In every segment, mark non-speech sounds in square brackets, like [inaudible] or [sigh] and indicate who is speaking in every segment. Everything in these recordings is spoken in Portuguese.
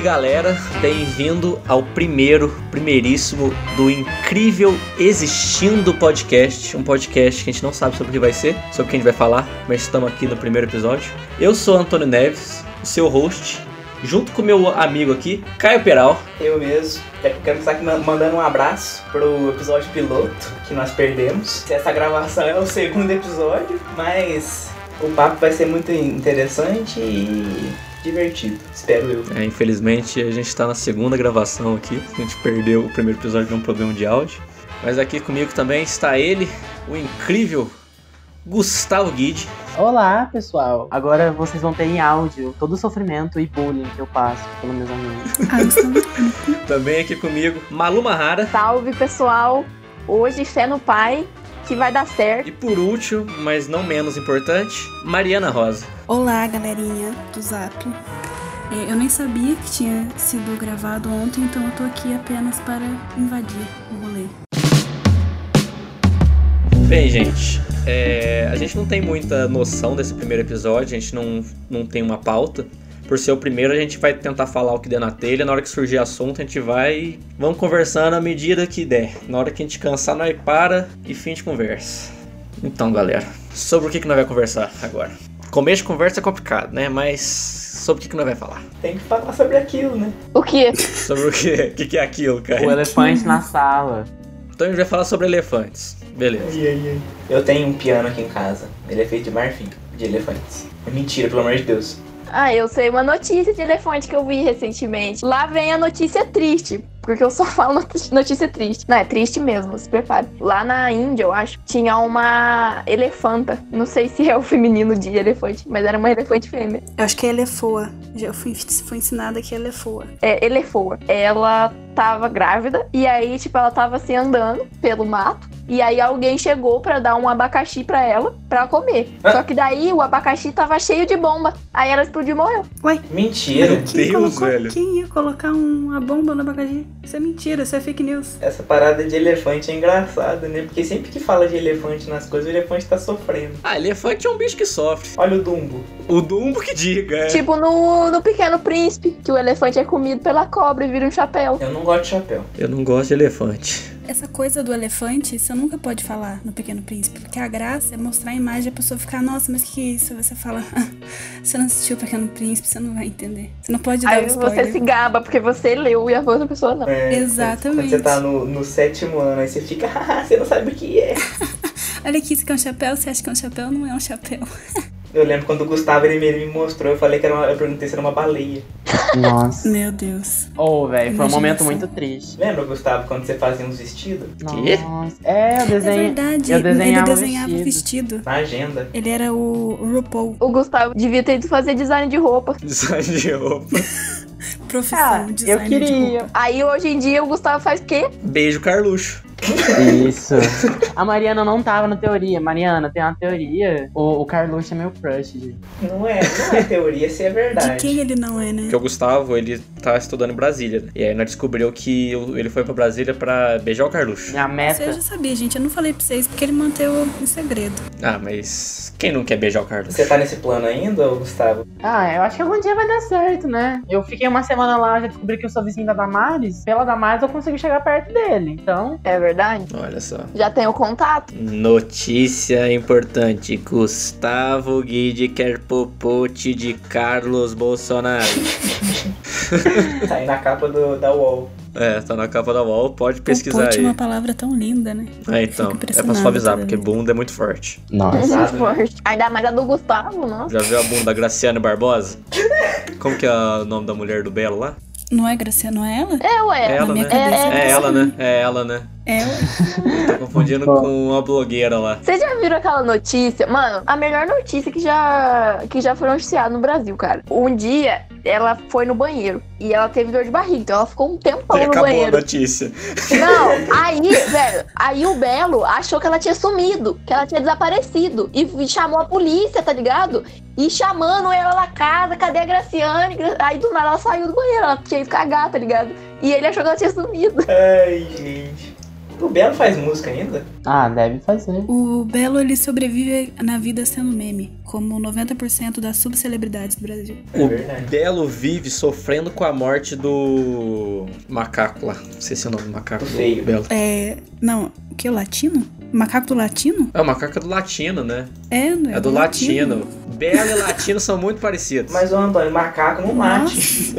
Speaker 1: galera, bem-vindo ao primeiro, primeiríssimo do incrível Existindo Podcast, um podcast que a gente não sabe sobre o que vai ser, sobre o que a gente vai falar, mas estamos aqui no primeiro episódio. Eu sou Antônio Neves, seu host, junto com meu amigo aqui, Caio Peral.
Speaker 2: Eu mesmo. Até que eu quero estar aqui ma- mandando um abraço pro episódio piloto que nós perdemos. Essa gravação é o segundo episódio, mas o papo vai ser muito interessante e divertido, espero eu.
Speaker 1: É, infelizmente a gente está na segunda gravação aqui, a gente perdeu o primeiro episódio de um problema de áudio. Mas aqui comigo também está ele, o incrível Gustavo Guide.
Speaker 3: Olá, pessoal. Agora vocês vão ter em áudio todo o sofrimento e bullying que eu passo pelos meus amigos.
Speaker 1: Também aqui comigo, Malu Mahara.
Speaker 4: Salve pessoal! Hoje fé no Pai que vai dar certo.
Speaker 1: E por último, mas não menos importante, Mariana Rosa.
Speaker 5: Olá, galerinha do Zap. É, Eu nem sabia que tinha sido gravado ontem, então eu tô aqui apenas para invadir o rolê.
Speaker 1: Bem, gente, é, a gente não tem muita noção desse primeiro episódio, a gente não, não tem uma pauta. Por ser o primeiro, a gente vai tentar falar o que der na telha. Na hora que surgir assunto, a gente vai. Vamos conversando à medida que der. Na hora que a gente cansar, nós para e fim de conversa. Então, galera, sobre o que, que nós vamos conversar agora? Começo de conversa é complicado, né? Mas sobre o que, que nós vamos falar?
Speaker 2: Tem que falar sobre aquilo, né?
Speaker 4: O quê?
Speaker 1: Sobre o que, [laughs] que, que é aquilo, [laughs]
Speaker 3: O
Speaker 1: cara?
Speaker 3: elefante na sala.
Speaker 1: Então a gente vai falar sobre elefantes. Beleza.
Speaker 2: Eu tenho um piano aqui em casa. Ele é feito de marfim, de elefantes. É mentira, pelo amor de Deus.
Speaker 4: Ah, eu sei uma notícia de elefante que eu vi recentemente. Lá vem a notícia triste, porque eu só [laughs] falo not- notícia triste. Não, é triste mesmo, se prepare. Lá na Índia, eu acho, tinha uma elefanta. Não sei se é o feminino de elefante, mas era uma elefante fêmea.
Speaker 5: Eu acho que é elefoa. Já fui, fui ensinada que é elefoa.
Speaker 4: é, elefoa. Ela tava grávida e aí, tipo, ela tava assim andando pelo mato. E aí alguém chegou pra dar um abacaxi pra ela pra comer.
Speaker 2: Ah.
Speaker 4: Só que daí o abacaxi tava cheio de bomba. Aí ela explodiu e morreu.
Speaker 5: [laughs]
Speaker 2: Mentira!
Speaker 5: Quem
Speaker 1: Deus,
Speaker 5: colocou-
Speaker 1: velho.
Speaker 5: Quem ia colocar um, uma bomba no abacaxi? Isso é mentira, isso é fake news.
Speaker 2: Essa parada de elefante é engraçada, né? Porque sempre que fala de elefante nas coisas, o elefante tá sofrendo.
Speaker 1: Ah, elefante é um bicho que sofre.
Speaker 2: Olha o Dumbo.
Speaker 1: O Dumbo que diga, é.
Speaker 4: Tipo no, no Pequeno Príncipe, que o elefante é comido pela cobra e vira um chapéu.
Speaker 2: Eu não gosto de chapéu.
Speaker 1: Eu não gosto de elefante. [laughs]
Speaker 5: Essa coisa do elefante, você nunca pode falar no Pequeno Príncipe, porque a graça é mostrar a imagem e a pessoa ficar, nossa, mas que que é isso? Você fala, [laughs] você não assistiu o Pequeno Príncipe, você não vai entender. Você não pode dar
Speaker 4: Aí
Speaker 5: o
Speaker 4: você
Speaker 5: spoiler.
Speaker 4: se gaba porque você leu e a outra pessoa não.
Speaker 2: É, Quando
Speaker 5: Exatamente.
Speaker 2: você tá no, no sétimo ano, aí você fica, [laughs] "Haha, você não sabe o que é.
Speaker 5: Olha aqui, isso aqui é um chapéu, você acha que é um chapéu? Não é um chapéu.
Speaker 2: Eu lembro quando o Gustavo ele me, ele me mostrou, eu falei que era uma, eu perguntei se era uma baleia.
Speaker 3: Nossa.
Speaker 5: Meu Deus.
Speaker 3: Oh, velho, foi um
Speaker 5: Imagina
Speaker 3: momento
Speaker 5: assim.
Speaker 3: muito triste.
Speaker 2: Lembra, Gustavo, quando você fazia uns vestidos?
Speaker 1: Quê?
Speaker 3: Nossa. É, eu
Speaker 5: É
Speaker 3: desenhei.
Speaker 5: verdade,
Speaker 3: eu
Speaker 5: ele
Speaker 3: desenhava
Speaker 5: desenhava
Speaker 3: vestido.
Speaker 5: o vestido.
Speaker 2: Na agenda.
Speaker 5: Ele era o RuPaul,
Speaker 4: O Gustavo devia ter ido fazer design de roupa.
Speaker 1: Design de roupa.
Speaker 5: profissão,
Speaker 3: Ah, eu
Speaker 5: designer tipo, de
Speaker 3: queria.
Speaker 5: roupa.
Speaker 4: Aí hoje em dia o Gustavo faz o quê?
Speaker 1: Beijo, Carluxo.
Speaker 3: Isso. A Mariana não tava na teoria. Mariana, tem uma teoria. O, o Carluxo é meu crush. gente.
Speaker 2: Não é, não é teoria, se é
Speaker 5: De
Speaker 2: verdade.
Speaker 5: quem ele não é, né?
Speaker 1: Porque o Gustavo, ele tá estudando em Brasília. né? E aí nós descobriu que eu- ele foi pra Brasília pra beijar o Carluxo.
Speaker 3: Minha
Speaker 5: Isso eu
Speaker 3: meta.
Speaker 5: já sabia, gente. Eu não falei pra vocês porque ele manteve em segredo.
Speaker 1: Ah, mas quem não quer beijar o
Speaker 5: é?
Speaker 1: Carluxo?
Speaker 2: Você tá nesse plano ainda, ô, Gustavo?
Speaker 3: Ah, eu acho que algum dia vai dar certo, né? Eu fiquei uma semana lá, já descobri que eu sou vizinha da Damares. Pela Damares eu consegui chegar perto dele. Então,
Speaker 4: É verdade?
Speaker 1: Olha só.
Speaker 4: Já tem o contato?
Speaker 1: Notícia importante. Gustavo Guide quer popote de Carlos Bolsonaro.
Speaker 2: Tá aí na capa do, da UOL.
Speaker 1: é, tá na capa da wall, pode pesquisar
Speaker 5: Popote é
Speaker 1: aí.
Speaker 5: uma palavra tão linda, né?
Speaker 1: É, então.
Speaker 5: Fico
Speaker 1: É pra
Speaker 5: impressionada,
Speaker 1: suavizar,
Speaker 5: né?
Speaker 1: porque bunda é muito forte.
Speaker 4: [laughs]
Speaker 2: Exato, né?
Speaker 4: Forte. Ainda mais a do Gustavo, nossa.
Speaker 1: Já viu a bunda da Graciane Barbosa? Como que é o nome da mulher do Belo lá?
Speaker 5: Não é Graciano, não é ela?
Speaker 4: É, ué.
Speaker 1: É ela,
Speaker 5: na
Speaker 1: né?
Speaker 5: minha
Speaker 4: cabeça.
Speaker 1: É ela, né? É ela, né?
Speaker 5: É,
Speaker 1: Tô confundindo com uma blogueira lá.
Speaker 4: Vocês já viram aquela notícia? Mano, a melhor notícia que já, que já foi anunciada no Brasil, cara. Um dia, ela foi no banheiro e ela teve dor de barriga, então ela ficou um tempão no banheiro.
Speaker 1: né? [laughs] notícia.
Speaker 4: Não, aí, velho, aí o Belo achou que ela tinha sumido, que ela tinha desaparecido. E f- chamou a polícia, tá ligado? E chamando ela lá casa, cadê a Graciane? Gra- Aí do nada ela [laughs] saiu do banheiro, ela tinha ido cagar, tá ligado? E ele achou que ela tinha sumido.
Speaker 2: Ai, gente. O Belo faz música ainda?
Speaker 3: Ah, deve fazer.
Speaker 5: O Belo ele sobrevive na vida sendo meme, como 90% das subcelebridades do Brasil.
Speaker 2: É verdade.
Speaker 1: O Belo vive sofrendo com a morte do macaco lá. Não sei se é o nome do macaco.
Speaker 2: Feio.
Speaker 1: Do Belo.
Speaker 5: É. Não, o que? O latino? Macaco do latino?
Speaker 1: É, o macaco é do latino, né?
Speaker 5: É, não é?
Speaker 1: É do latino. Belo e latino são muito parecidos.
Speaker 2: Mas o Antônio, macaco não late.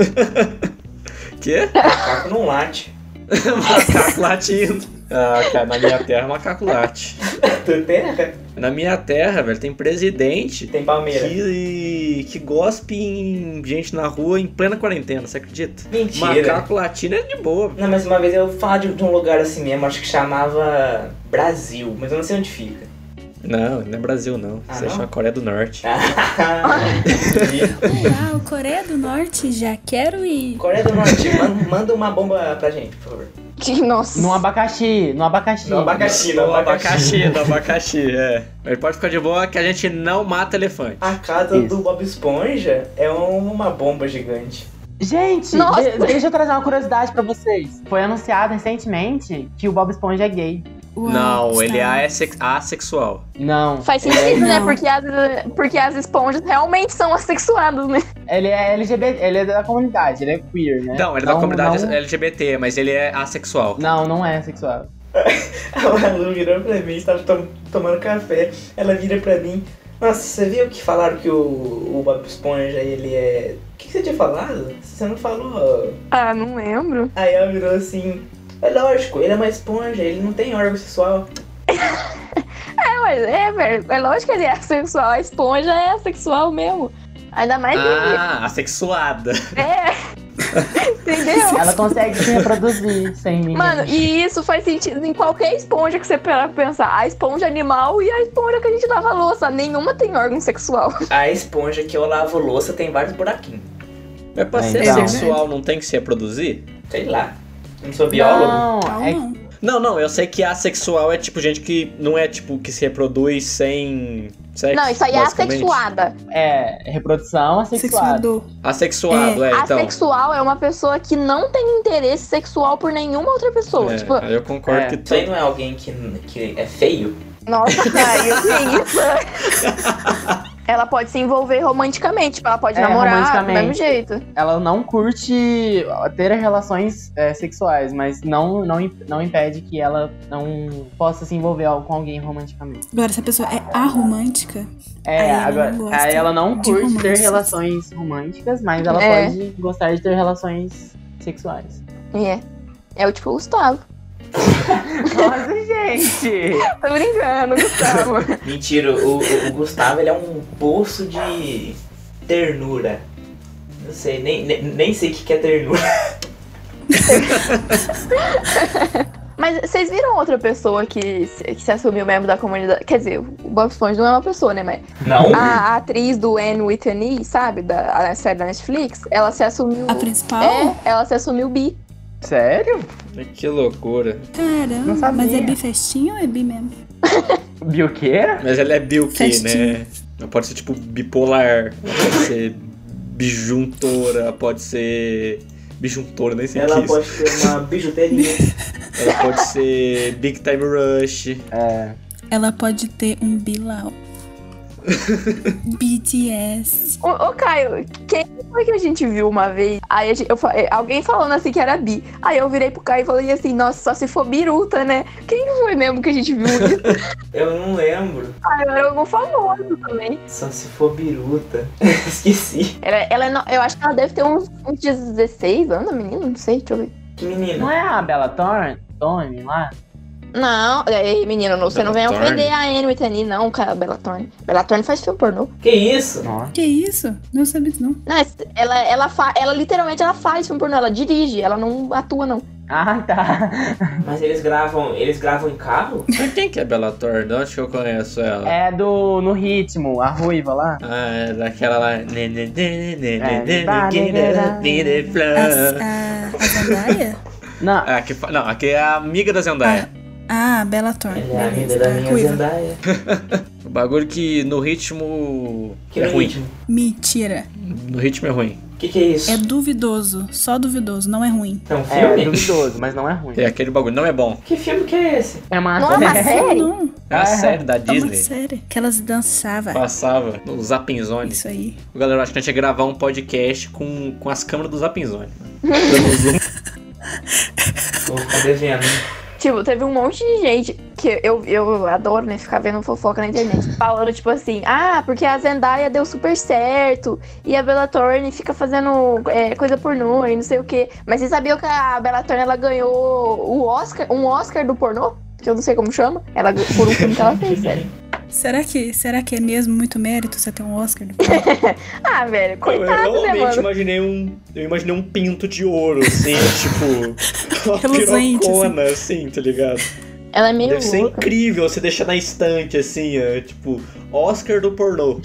Speaker 1: Quê? [laughs]
Speaker 2: Macaco não late.
Speaker 1: macaco latino. Ah, cara, na minha terra é macaco late.
Speaker 2: Tu terra?
Speaker 1: Na minha terra, velho, tem presidente
Speaker 2: Tem palmeira.
Speaker 1: que, que gospe em gente na rua em plena quarentena, você acredita?
Speaker 2: Mentira.
Speaker 1: Macaco latino é de boa. velho.
Speaker 2: Não, mas uma vez eu falar de, de um lugar assim mesmo, acho que chamava Brasil, mas eu não sei onde fica.
Speaker 1: Não, não é Brasil, não.
Speaker 2: Ah,
Speaker 1: Isso aí
Speaker 2: não?
Speaker 1: chama Coreia do Norte.
Speaker 5: Uau, Ah, Coreia do Norte, já quero ir.
Speaker 2: Coreia do Norte, man- manda uma bomba pra gente, por favor.
Speaker 4: Nossa.
Speaker 3: No abacaxi, no abacaxi.
Speaker 2: No abacaxi, no
Speaker 1: Do
Speaker 2: abacaxi.
Speaker 1: abacaxi, do abacaxi, é. Mas pode ficar de boa que a gente não mata elefante.
Speaker 2: A casa
Speaker 3: Isso.
Speaker 2: do Bob Esponja é um- uma bomba gigante. [laughs]
Speaker 3: Gente,
Speaker 4: Nossa.
Speaker 3: de- deixa eu trazer uma curiosidade pra vocês. Foi anunciado recentemente que o Bob Esponja é gay.
Speaker 5: Uau,
Speaker 1: não,
Speaker 5: está.
Speaker 1: ele é assex- assexual.
Speaker 3: Não.
Speaker 4: Faz sentido,
Speaker 5: Não.
Speaker 4: né? Porque as, porque as esponjas realmente são assexuadas, né?
Speaker 3: Ele é LGBT, ele é da comunidade, ele é queer, né?
Speaker 1: Não, ele é da comunidade
Speaker 3: Não,
Speaker 1: LGBT, mas ele é assexual.
Speaker 3: não, não é sexual.
Speaker 2: A Malu virou pra mim, estava tom- tomando café. Ela vira pra mim. Nossa, você viu que falaram que o, o Bob Esponja, ele é. O que, que você tinha falado? Você não falou.
Speaker 4: Ah, não lembro.
Speaker 2: Aí ela virou assim. É lógico, ele é uma esponja, ele não tem órgão sexual.
Speaker 4: É, mas é, velho. É lógico que ele é assexual. A esponja é assexual mesmo. Ainda mais que.
Speaker 1: Ah, assexuada.
Speaker 4: É. [laughs] Entendeu?
Speaker 3: Ela consegue se reproduzir sem mim.
Speaker 4: Mano, e isso faz sentido em qualquer esponja que você parar pra pensar. A esponja animal e a esponja que a gente lava a louça. Nenhuma tem órgão sexual.
Speaker 2: A esponja que eu lavo louça tem vários buraquinhos.
Speaker 1: Mas pra
Speaker 3: É,
Speaker 1: ser
Speaker 3: então.
Speaker 1: assexual não tem que se reproduzir?
Speaker 2: Sei lá. Não sou biólogo.
Speaker 3: não,
Speaker 5: Não,
Speaker 3: é,
Speaker 5: não.
Speaker 1: Não, não, eu sei que assexual é tipo gente que não é tipo que se reproduz sem sexo.
Speaker 4: Não, isso aí é
Speaker 1: basicamente.
Speaker 4: assexuada.
Speaker 3: é reprodução assexual.
Speaker 5: Sexuador.
Speaker 1: Assexuado, é, então.
Speaker 4: Asexual é uma pessoa que não tem interesse sexual por nenhuma outra pessoa.
Speaker 1: É,
Speaker 4: Tipo,
Speaker 1: aí eu concordo
Speaker 3: É.
Speaker 1: que
Speaker 2: Isso aí não é alguém que, que é feio?
Speaker 4: Nossa, cara, eu que isso. Ela pode se envolver romanticamente, tipo, ela pode
Speaker 3: É,
Speaker 4: namorar do
Speaker 3: romanticamente.
Speaker 4: mesmo jeito.
Speaker 3: Ela não curte ter relações é, sexuais, mas não, não, im- não impede que ela não possa se envolver com alguém romanticamente.
Speaker 5: Agora, se a pessoa é aromântica,
Speaker 3: É,
Speaker 5: Aí ela
Speaker 3: agora.
Speaker 5: não gosta
Speaker 3: aí ela não
Speaker 5: de
Speaker 3: curte ter
Speaker 5: romances.
Speaker 3: relações românticas, mas ela
Speaker 4: É.
Speaker 3: pode gostar de ter relações
Speaker 5: [laughs]
Speaker 3: sexuais.
Speaker 4: É. É o tipo o Gustavo.
Speaker 3: Nossa, gente!
Speaker 4: Tô brincando, Gustavo.
Speaker 2: Mentira, o, o- o Gustavo ele é um poço de ternura. Não sei, nem, nem, nem sei o que que é ternura.
Speaker 4: Mas vocês viram outra pessoa que, se- que se assumiu membro da comunidade? Quer dizer, o Bob Esponja não é uma pessoa, né? Mas
Speaker 2: Não?
Speaker 4: a atriz do Anne Whitney, sabe? Da a série da Netflix, ela se assumiu.
Speaker 5: a principal.
Speaker 4: É, ela se assumiu bi.
Speaker 3: Sério?
Speaker 1: Que loucura.
Speaker 3: Não
Speaker 5: Caramba,
Speaker 3: sabia.
Speaker 5: mas é bi festinha ou é bi mesmo?
Speaker 3: Bi o quê?
Speaker 1: Mas ela é bi o quê,
Speaker 5: Festinha.
Speaker 1: né? Ela pode ser tipo bipolar, ela pode ser bijuntora, pode ser. Bijuntora, nem sei o que é
Speaker 2: Ela
Speaker 1: isso.
Speaker 2: pode ter uma bijuteria.
Speaker 1: Ela pode ser Big Time Rush.
Speaker 3: É.
Speaker 5: Ela pode ter
Speaker 1: [laughs]
Speaker 5: um bilau. BTS.
Speaker 4: Ô, ô, Caio, quem foi que a gente viu uma vez? Aí a gente- eu fa- eh, alguém falando assim que era bi. Aí eu virei pro Caio e falei assim, nossa, só se for biruta, né? Quem foi mesmo que a gente viu isso?
Speaker 2: Eu não lembro.
Speaker 4: Ah, era algum famoso também.
Speaker 2: Só se for biruta. [laughs] Esqueci.
Speaker 4: Ela, ela é no- eu acho que ela deve ter uns, uns 16 anos, a menina, não sei, deixa eu ver.
Speaker 2: Que menina.
Speaker 3: Não é a Bela Thorne? Thorne lá?
Speaker 4: Não, é, ei, menino, não, você não vem
Speaker 1: Bella Thorne?
Speaker 4: ofender a Anne Whitney, não, cara, Bela Thorne. Bela Thorne faz filme pornô.
Speaker 2: Que isso?
Speaker 3: Nossa.
Speaker 5: Que isso? Não sabia disso, não.
Speaker 4: Não, es- ela, ela, fa, ela literalmente ela faz filme pornô, ela dirige, ela não atua, não.
Speaker 3: Ah, tá.
Speaker 2: Mas eles gravam. Eles gravam em carro?
Speaker 1: Mas quem que é Bela Thorne? De onde que eu conheço ela?
Speaker 3: É do No Ritmo, a ruiva lá.
Speaker 1: Ah, é daquela lá. né,
Speaker 5: As, a, a Zandaia?
Speaker 3: Não,
Speaker 1: né, é Ah, que fa- Não, aqui é a é amiga da Zendaya.
Speaker 5: Ah, Bela Thorne.
Speaker 2: Ela é a
Speaker 5: beleza,
Speaker 2: renda
Speaker 5: tá,
Speaker 2: da
Speaker 5: a
Speaker 2: minha
Speaker 5: ruiva.
Speaker 2: Zendaya.
Speaker 1: O bagulho que no ritmo
Speaker 2: Que
Speaker 1: é ruim.
Speaker 2: ritmo.
Speaker 5: Mentira.
Speaker 1: No ritmo é ruim.
Speaker 2: Que que é isso?
Speaker 5: É duvidoso. Só duvidoso, não é ruim.
Speaker 2: É um
Speaker 3: É,
Speaker 2: filme?
Speaker 3: duvidoso, mas não é ruim.
Speaker 1: É aquele bagulho, não é bom.
Speaker 2: Que filme que é esse?
Speaker 3: É uma
Speaker 4: Não é uma
Speaker 5: assim?
Speaker 4: série?
Speaker 5: Não,
Speaker 1: É uma
Speaker 3: Ah, é.
Speaker 1: série da
Speaker 5: é uma
Speaker 1: Disney.
Speaker 5: série. Que elas dançavam.
Speaker 1: Passava no Zapinzone.
Speaker 5: Isso aí.
Speaker 1: O galera acho que a gente ia gravar um podcast com, com as câmeras do Zapinzone. Dando zoom.
Speaker 2: Vou ficar devendo.
Speaker 4: Tipo, teve um monte de gente que eu, eu adoro, né? Ficar vendo fofoca na [laughs] internet. Falando, tipo assim, ah, porque a Zendaya deu super certo. E a Bella Thorne fica fazendo é, coisa pornô e não sei o quê. Mas você sabia que a Bella Thorne, ela ganhou o Oscar, um Oscar do pornô? Que eu não sei como chama. Ela, por um filme que ela fez, sério.
Speaker 5: Será que, será que é mesmo muito mérito você ter um
Speaker 4: [laughs]
Speaker 5: Oscar?
Speaker 4: [laughs] Ah, velho, coitado,
Speaker 1: eu
Speaker 4: né,
Speaker 1: é realmente
Speaker 4: mano?
Speaker 1: imaginei um. Eu imaginei um pinto de ouro, assim, [laughs] tipo. Uma
Speaker 5: Reluzente,
Speaker 1: pirocona, assim, tá ligado?
Speaker 4: Ela é meio
Speaker 1: Deve ser
Speaker 4: louca.
Speaker 1: incrível você deixar na estante, assim, ó, tipo, Oscar do pornô.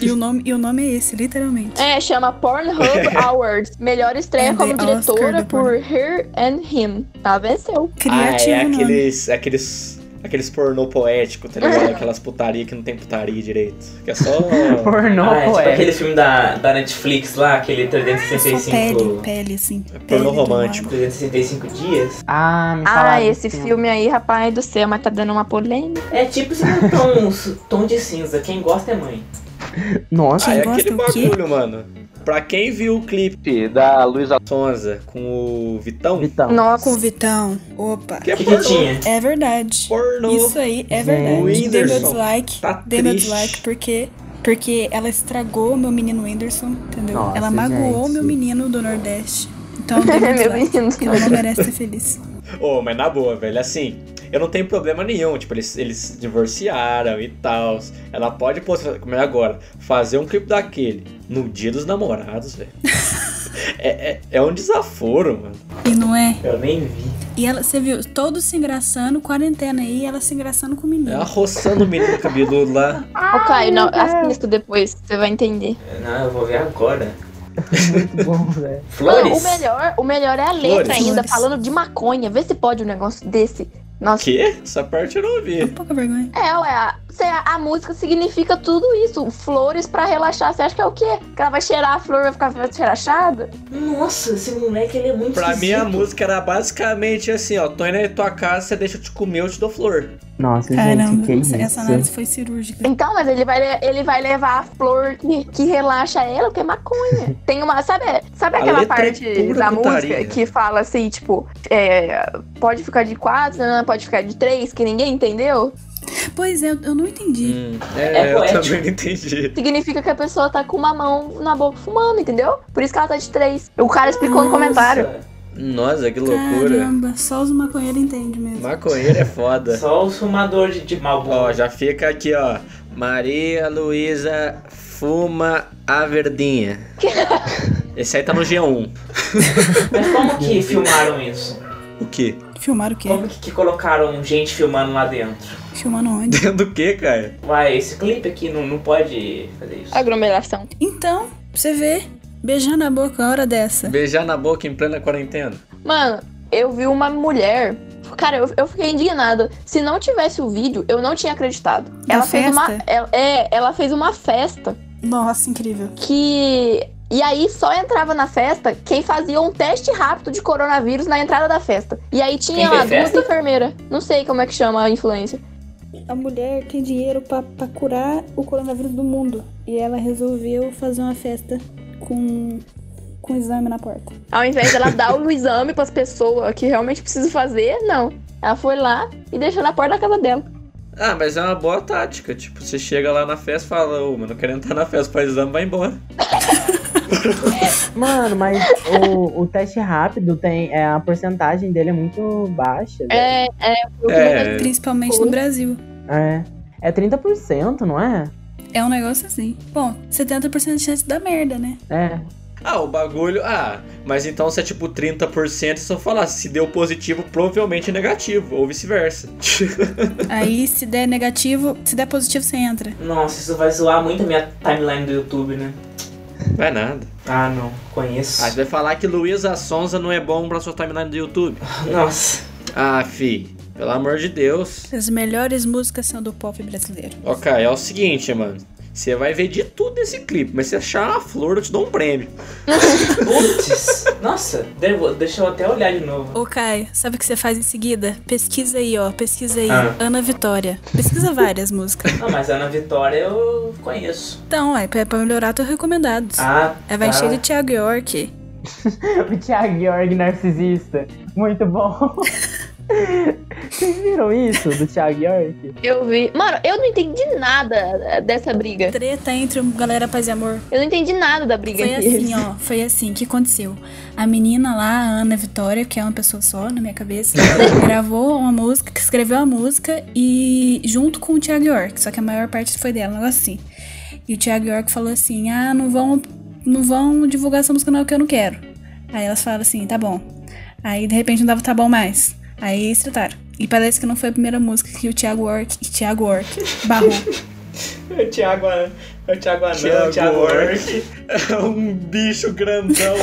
Speaker 5: E o nome, e o nome é esse, literalmente.
Speaker 4: É, chama
Speaker 1: [laughs]
Speaker 4: Pornhub Awards. Melhor estreia
Speaker 5: And
Speaker 4: como
Speaker 5: the Oscar
Speaker 4: diretora
Speaker 5: do
Speaker 4: por Her and Him. Tá, venceu.
Speaker 1: Ah,
Speaker 5: Criativo
Speaker 1: é
Speaker 5: o nome.
Speaker 1: aqueles, aqueles, aqueles pornô poético, tá [laughs] ligado? Aquelas putaria que não tem putaria direito. Que é [laughs] só.
Speaker 3: [laughs] Pornô,
Speaker 2: ah, é tipo
Speaker 3: é.
Speaker 2: aquele filme da, da Netflix lá, aquele
Speaker 5: É Só pele,
Speaker 2: 365,
Speaker 5: pele, assim.
Speaker 1: É pornô
Speaker 5: pele do
Speaker 1: romântico.
Speaker 5: lado.
Speaker 2: 365 dias.
Speaker 3: Ah, me falaram
Speaker 4: Ah,
Speaker 3: desse
Speaker 4: esse filme aí, rapaz do céu, mas tá dando uma polêmica.
Speaker 2: É tipo se não tom, [laughs] tom de cinza, quem gosta é mãe.
Speaker 3: Nossa,
Speaker 1: Ah, é
Speaker 5: Quem gosta
Speaker 1: aquele
Speaker 5: o quê?
Speaker 1: bagulho, mano. Pra quem viu o clipe
Speaker 6: da Luísa
Speaker 1: Sonza com o Vitão,
Speaker 3: Vitão.
Speaker 4: Nossa.
Speaker 5: Com o Vitão. Opa.
Speaker 1: que é
Speaker 2: O que, que
Speaker 1: pornô.
Speaker 2: tinha?
Speaker 5: É verdade.
Speaker 1: Pornô.
Speaker 5: Isso aí é
Speaker 3: Gente.
Speaker 5: verdade. Dei meu
Speaker 1: Whindersson.
Speaker 5: dislike.
Speaker 1: Tá
Speaker 5: Dei meu
Speaker 1: triste.
Speaker 5: dislike porque, porque ela estragou o meu menino Whindersson, entendeu?
Speaker 3: Nossa,
Speaker 5: ela magoou o
Speaker 3: gente.
Speaker 5: meu menino do Nordeste. Então eu dei meu
Speaker 4: Meu
Speaker 5: dislike.
Speaker 4: menino.
Speaker 5: Ela não merece ser feliz.
Speaker 1: Ô, mas na boa, velho, assim, eu não tenho problema nenhum. Tipo, eles, eles se divorciaram e tal. Ela pode, pô, como é agora, fazer um clipe daquele no dia dos namorados, velho. [laughs] é, é, é um desaforo, mano.
Speaker 5: E não é?
Speaker 2: Eu nem vi.
Speaker 5: E ela, você viu, todos se engraçando, quarentena aí, ela se engraçando com o menino.
Speaker 1: Ela roçando É o menino cabeludo lá.
Speaker 4: Ô, Caio, não, assista depois, você vai entender.
Speaker 2: Não, eu vou ver agora.
Speaker 3: Muito bom, velho.
Speaker 2: Flores?
Speaker 4: Não, o melhor, o melhor é a letra
Speaker 1: Flores.
Speaker 4: ainda,
Speaker 5: Flores.
Speaker 4: falando de maconha. Vê se pode um negócio desse. Nossa.
Speaker 1: Quê? Essa parte eu não
Speaker 5: É
Speaker 1: ouvi.
Speaker 5: pouca vergonha.
Speaker 4: É, ué, a, cê- a música significa tudo isso. Flores pra relaxar. Você acha que é o quê? Que ela vai cheirar a flor e vai ficar relaxada?
Speaker 2: Nossa, esse moleque ele é muito
Speaker 1: Pra mim, a
Speaker 2: esquisito.
Speaker 1: música era basicamente assim, ó. Tô indo aí na tua casa, você deixa eu te comer, eu te dou flor.
Speaker 3: Nossa, gente, né?
Speaker 5: Caramba,
Speaker 3: que isso.
Speaker 5: essa, essa análise foi cirúrgica.
Speaker 4: Então, mas ele vai, le- ele vai levar a flor que, que relaxa ela, que
Speaker 1: [laughs]
Speaker 4: é maconha. Tem uma. Sabe, sabe
Speaker 1: A
Speaker 4: aquela
Speaker 1: letra é
Speaker 4: parte
Speaker 1: pura
Speaker 4: da
Speaker 1: putaria.
Speaker 4: música que fala assim, tipo, é, pode ficar de quatro, né, pode ficar de três, que ninguém entendeu?
Speaker 5: Pois é, eu eu não entendi.
Speaker 1: é,
Speaker 2: É
Speaker 1: eu
Speaker 2: poético.
Speaker 1: também não entendi.
Speaker 4: Significa que a pessoa tá com uma mão na boca fumando, entendeu? Por isso que ela tá de três. O cara explicou no comentário.
Speaker 1: Nossa, Hum, que loucura.
Speaker 5: Caramba, só os maconheiros entendem mesmo.
Speaker 1: Maconheiro é foda.
Speaker 2: Só os fumadores de, de
Speaker 1: Ó,
Speaker 2: Malboro.
Speaker 1: já fica aqui, ó. Maria Luísa fuma a verdinha. Esse aí tá no G1.
Speaker 2: Mas como que filmaram isso?
Speaker 1: O quê? [laughs]
Speaker 5: Filmaram o quê?
Speaker 2: Como que, que colocaram gente filmando lá dentro?
Speaker 5: Filmando onde?
Speaker 1: Dentro do quê, cara?
Speaker 2: Uai, esse clipe aqui não, não pode fazer isso.
Speaker 4: Aglomeração.
Speaker 5: Então, pra você vê, beijando a boca uma hora dessa.
Speaker 1: Beijar na boca em plena quarentena.
Speaker 4: Mano, eu vi uma mulher. Cara, eu, eu fiquei indignada. Se não tivesse o vídeo, eu não tinha acreditado.
Speaker 5: Da
Speaker 4: ela fez uma.
Speaker 5: festa?
Speaker 4: Ela, é, ela fez uma festa
Speaker 5: Nossa, incrível.
Speaker 4: que. E aí só entrava na festa quem fazia um teste rápido de coronavírus na entrada da festa. E aí
Speaker 2: Quem
Speaker 4: tinha
Speaker 2: fez
Speaker 4: lá duas
Speaker 2: festa?
Speaker 4: enfermeiras. Não sei como é que chama a influência.
Speaker 5: A mulher tem dinheiro pra, pra curar o coronavírus do mundo. E ela resolveu fazer uma festa com, com um exame na porta.
Speaker 4: Ao invés dela dar o [laughs] exame pras pessoas que realmente precisam fazer, não. Ela foi lá e deixou na porta da casa dela.
Speaker 1: Ah, mas é uma boa tática. Tipo, você chega lá na festa e fala, ô, mano, não quero entrar na festa, faz exame, vai embora.
Speaker 3: Mano, mas o, o teste rápido tem. É, a porcentagem dele é muito baixa. né? velho.
Speaker 4: É, é, eu
Speaker 1: É.
Speaker 5: Principalmente no Brasil.
Speaker 3: É. É 30%, não é?
Speaker 5: É um negócio assim. Bom, 70% de chance da merda, né?
Speaker 3: É. [laughs]
Speaker 1: Ah, o bagulho. Ah, mas então se é tipo 30%, só falar, se deu positivo, provavelmente é negativo, ou vice-versa. [laughs]
Speaker 5: Aí, se der negativo, se der positivo, você entra.
Speaker 2: Nossa, isso vai zoar muito a minha timeline do YouTube, né?
Speaker 1: Vai nada.
Speaker 2: Ah, não. Conheço.
Speaker 1: Ah, você vai falar que Luísa Sonza não é bom pra sua timeline do YouTube.
Speaker 2: Nossa.
Speaker 1: Ah, fi. Pelo amor de Deus.
Speaker 5: As melhores músicas são do pop brasileiro.
Speaker 1: Ok, é o seguinte, mano. Você vai ver de tudo nesse clipe, mas se achar uma flor, eu te dou um prêmio.
Speaker 2: Putz! Nossa, devo- deixa eu até olhar de novo.
Speaker 5: Ô Caio, sabe o que você faz em seguida? Pesquisa aí, ó. Pesquisa aí.
Speaker 2: Ah.
Speaker 5: Ana Vitória. Pesquisa várias músicas.
Speaker 2: Ah, mas a Ana Vitória eu conheço.
Speaker 5: Então, é pra pra melhorar teu recomendados.
Speaker 2: Ah,
Speaker 5: Aí vai
Speaker 2: tá.
Speaker 5: encher de Thiago York.
Speaker 3: O Thiago York narcisista. Muito bom. [laughs] Vocês viram isso do Thiago York?
Speaker 4: Eu vi. Mano, eu não entendi nada eh, dessa briga.
Speaker 5: Treta entre o Galera Paz e Amor.
Speaker 4: Eu não entendi nada da briga
Speaker 5: Foi
Speaker 4: entre eles.
Speaker 5: assim, ó. Foi assim que aconteceu. A menina lá, a Ana Vitória, que é uma pessoa só na minha [laughs] cabeça, gravou uma música, que escreveu a música e junto com o Thiago York, só que a maior parte foi dela, um negócio assim. E o Thiago York falou assim: "Ah, não vão não vão divulgar essa música não que eu não quero". Aí elas falaram assim: "Tá bom". Aí de repente não dava tá bom mais. Aí eles trataram. E parece que não foi a primeira música que o Thiago York, Thiago York barrou.
Speaker 2: É o Thiago, An- é o Thiago Anão,
Speaker 1: Thiago
Speaker 2: o Thiago
Speaker 1: Orc.
Speaker 2: Orc.
Speaker 1: [laughs] É um bicho grandão.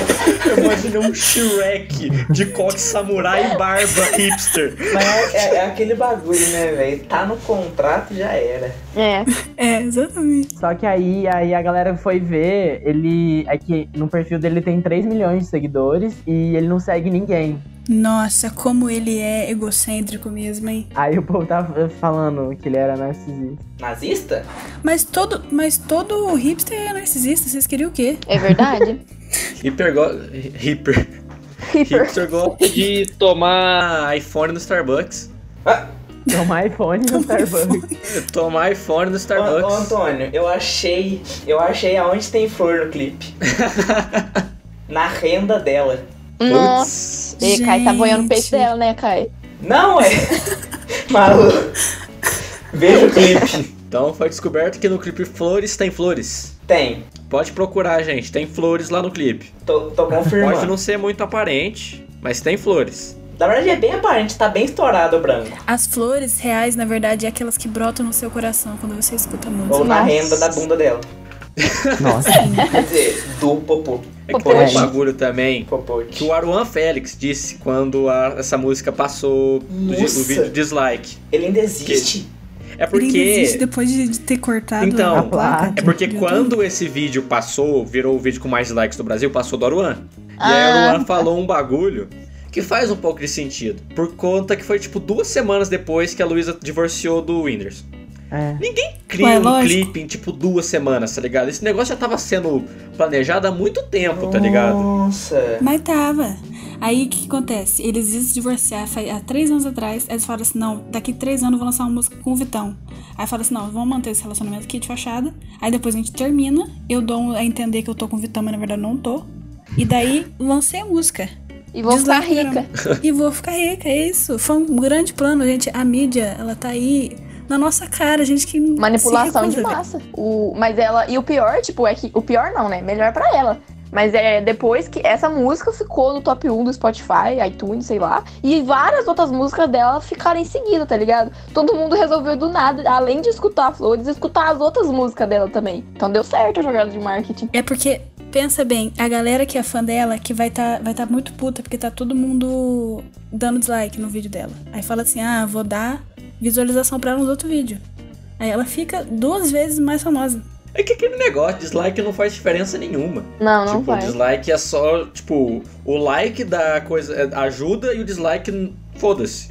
Speaker 1: Eu imaginei um Shrek de coque samurai e barba hipster.
Speaker 2: Mas é, é- é aquele bagulho, né, velho? Tá no contrato, já era.
Speaker 4: É.
Speaker 5: [laughs] é, exatamente.
Speaker 3: Só que aí, aí a galera foi ver, ele. É que no perfil dele tem 3 milhões de seguidores e ele não segue ninguém.
Speaker 5: Nossa, como ele é egocêntrico mesmo, hein?
Speaker 3: Aí o povo tava falando que ele era narcisista.
Speaker 2: Nazista?
Speaker 5: Mas todo, mas todo hipster é narcisista, vocês queriam o quê?
Speaker 2: [laughs]
Speaker 4: É verdade?
Speaker 1: Hiper go... Hiper.
Speaker 4: Reaper.
Speaker 1: Hipster gosta [laughs] de tomar iPhone no Starbucks.
Speaker 3: Tomar iPhone no Starbucks.
Speaker 1: Tomar iPhone no
Speaker 2: Ô, ô,
Speaker 1: Starbucks.
Speaker 2: Antônio, eu achei. Eu achei aonde tem flor no [laughs] clipe. Na renda dela.
Speaker 4: Nossa. E Kai tá boiando o peito
Speaker 5: Gente.
Speaker 4: dela, né, Kai?
Speaker 2: Não
Speaker 3: [laughs]
Speaker 2: é? Maluco. Veja o clipe.
Speaker 1: Então foi descoberto que no clipe Flores tem flores.
Speaker 2: Tem.
Speaker 1: Pode procurar, gente. Tem flores lá no clipe.
Speaker 2: Tô, tô
Speaker 1: Pode
Speaker 2: confirmando.
Speaker 1: não ser muito aparente, mas tem flores.
Speaker 2: Na verdade é bem aparente, tá bem estourado o branco.
Speaker 5: As flores reais, na verdade, é aquelas que brotam no seu coração quando você escuta a música.
Speaker 2: Ou na
Speaker 4: Nossa.
Speaker 2: renda da bunda dela.
Speaker 3: Nossa.
Speaker 2: Quer dizer, do popô.
Speaker 1: É que tem um
Speaker 3: Popote.
Speaker 1: bagulho também que
Speaker 2: Popote.
Speaker 1: o Aruan Félix disse quando a- essa música passou do, di-
Speaker 2: Nossa.
Speaker 1: do vídeo dislike.
Speaker 2: Ele ainda existe.
Speaker 1: É
Speaker 5: Ele existe
Speaker 1: porque.
Speaker 5: depois de de ter cortado
Speaker 1: Então,
Speaker 5: a placa.
Speaker 1: É
Speaker 5: do-
Speaker 1: porque
Speaker 5: do
Speaker 1: quando esse vídeo passou, virou o vídeo com mais likes do Brasil, passou do Aruan. E aí o
Speaker 4: Ah.
Speaker 1: Aruan falou um bagulho que faz um pouco de sentido. Por conta que foi tipo duas semanas depois que a Luísa divorciou do Whindersson.
Speaker 3: É.
Speaker 1: Cria
Speaker 5: Ué,
Speaker 1: um
Speaker 5: lógico.
Speaker 1: clipe em tipo duas semanas, tá ligado? Esse negócio já tava sendo planejado há muito tempo, tá ligado?
Speaker 2: Nossa.
Speaker 5: YouTube. Mas tava. Aí o que, que acontece? Eles iam se divorciar fa- há três anos atrás. Eles falaram assim: não, daqui três anos eu vou lançar uma música com o Vitão. Aí falaram assim: não, vamos manter esse relacionamento aqui de fachada. Aí depois a gente termina. Eu dou um, a entender que eu tô com o Vitão, mas na verdade não tô. E daí lancei a
Speaker 4: [laughs]
Speaker 5: música.
Speaker 4: E vou ficar
Speaker 5: Deslike,
Speaker 4: rica.
Speaker 5: E vou ficar rica, é isso. Foi um grande plano, gente. A mídia, ela tá aí na nossa cara, gente que.
Speaker 4: Manipulação
Speaker 5: se
Speaker 4: de
Speaker 5: recusa, velho.
Speaker 4: massa. O, mas ela. E o pior, tipo, é que. O pior não, né? Melhor pra ela. Mas é depois que essa música ficou no top 1 do Spotify, iTunes, sei lá. E várias outras músicas dela ficaram em seguida, tá ligado? Todo mundo resolveu do nada, além de escutar Flores, escutar as outras músicas dela também. Então deu certo a jogada de marketing.
Speaker 5: É porque, pensa bem, a galera que é fã dela, que vai tá, vai tá muito puta, porque tá todo mundo dando dislike no vídeo dela. Aí fala assim, ah, vou dar visualização pra ela nos outros vídeos. Aí ela fica duas vezes mais famosa.
Speaker 1: É que aquele negócio, dislike não faz diferença nenhuma.
Speaker 4: Não, não
Speaker 1: tipo, o
Speaker 4: vai.
Speaker 1: dislike é só, tipo, o like da coisa é, ajuda e o dislike, n- foda-se.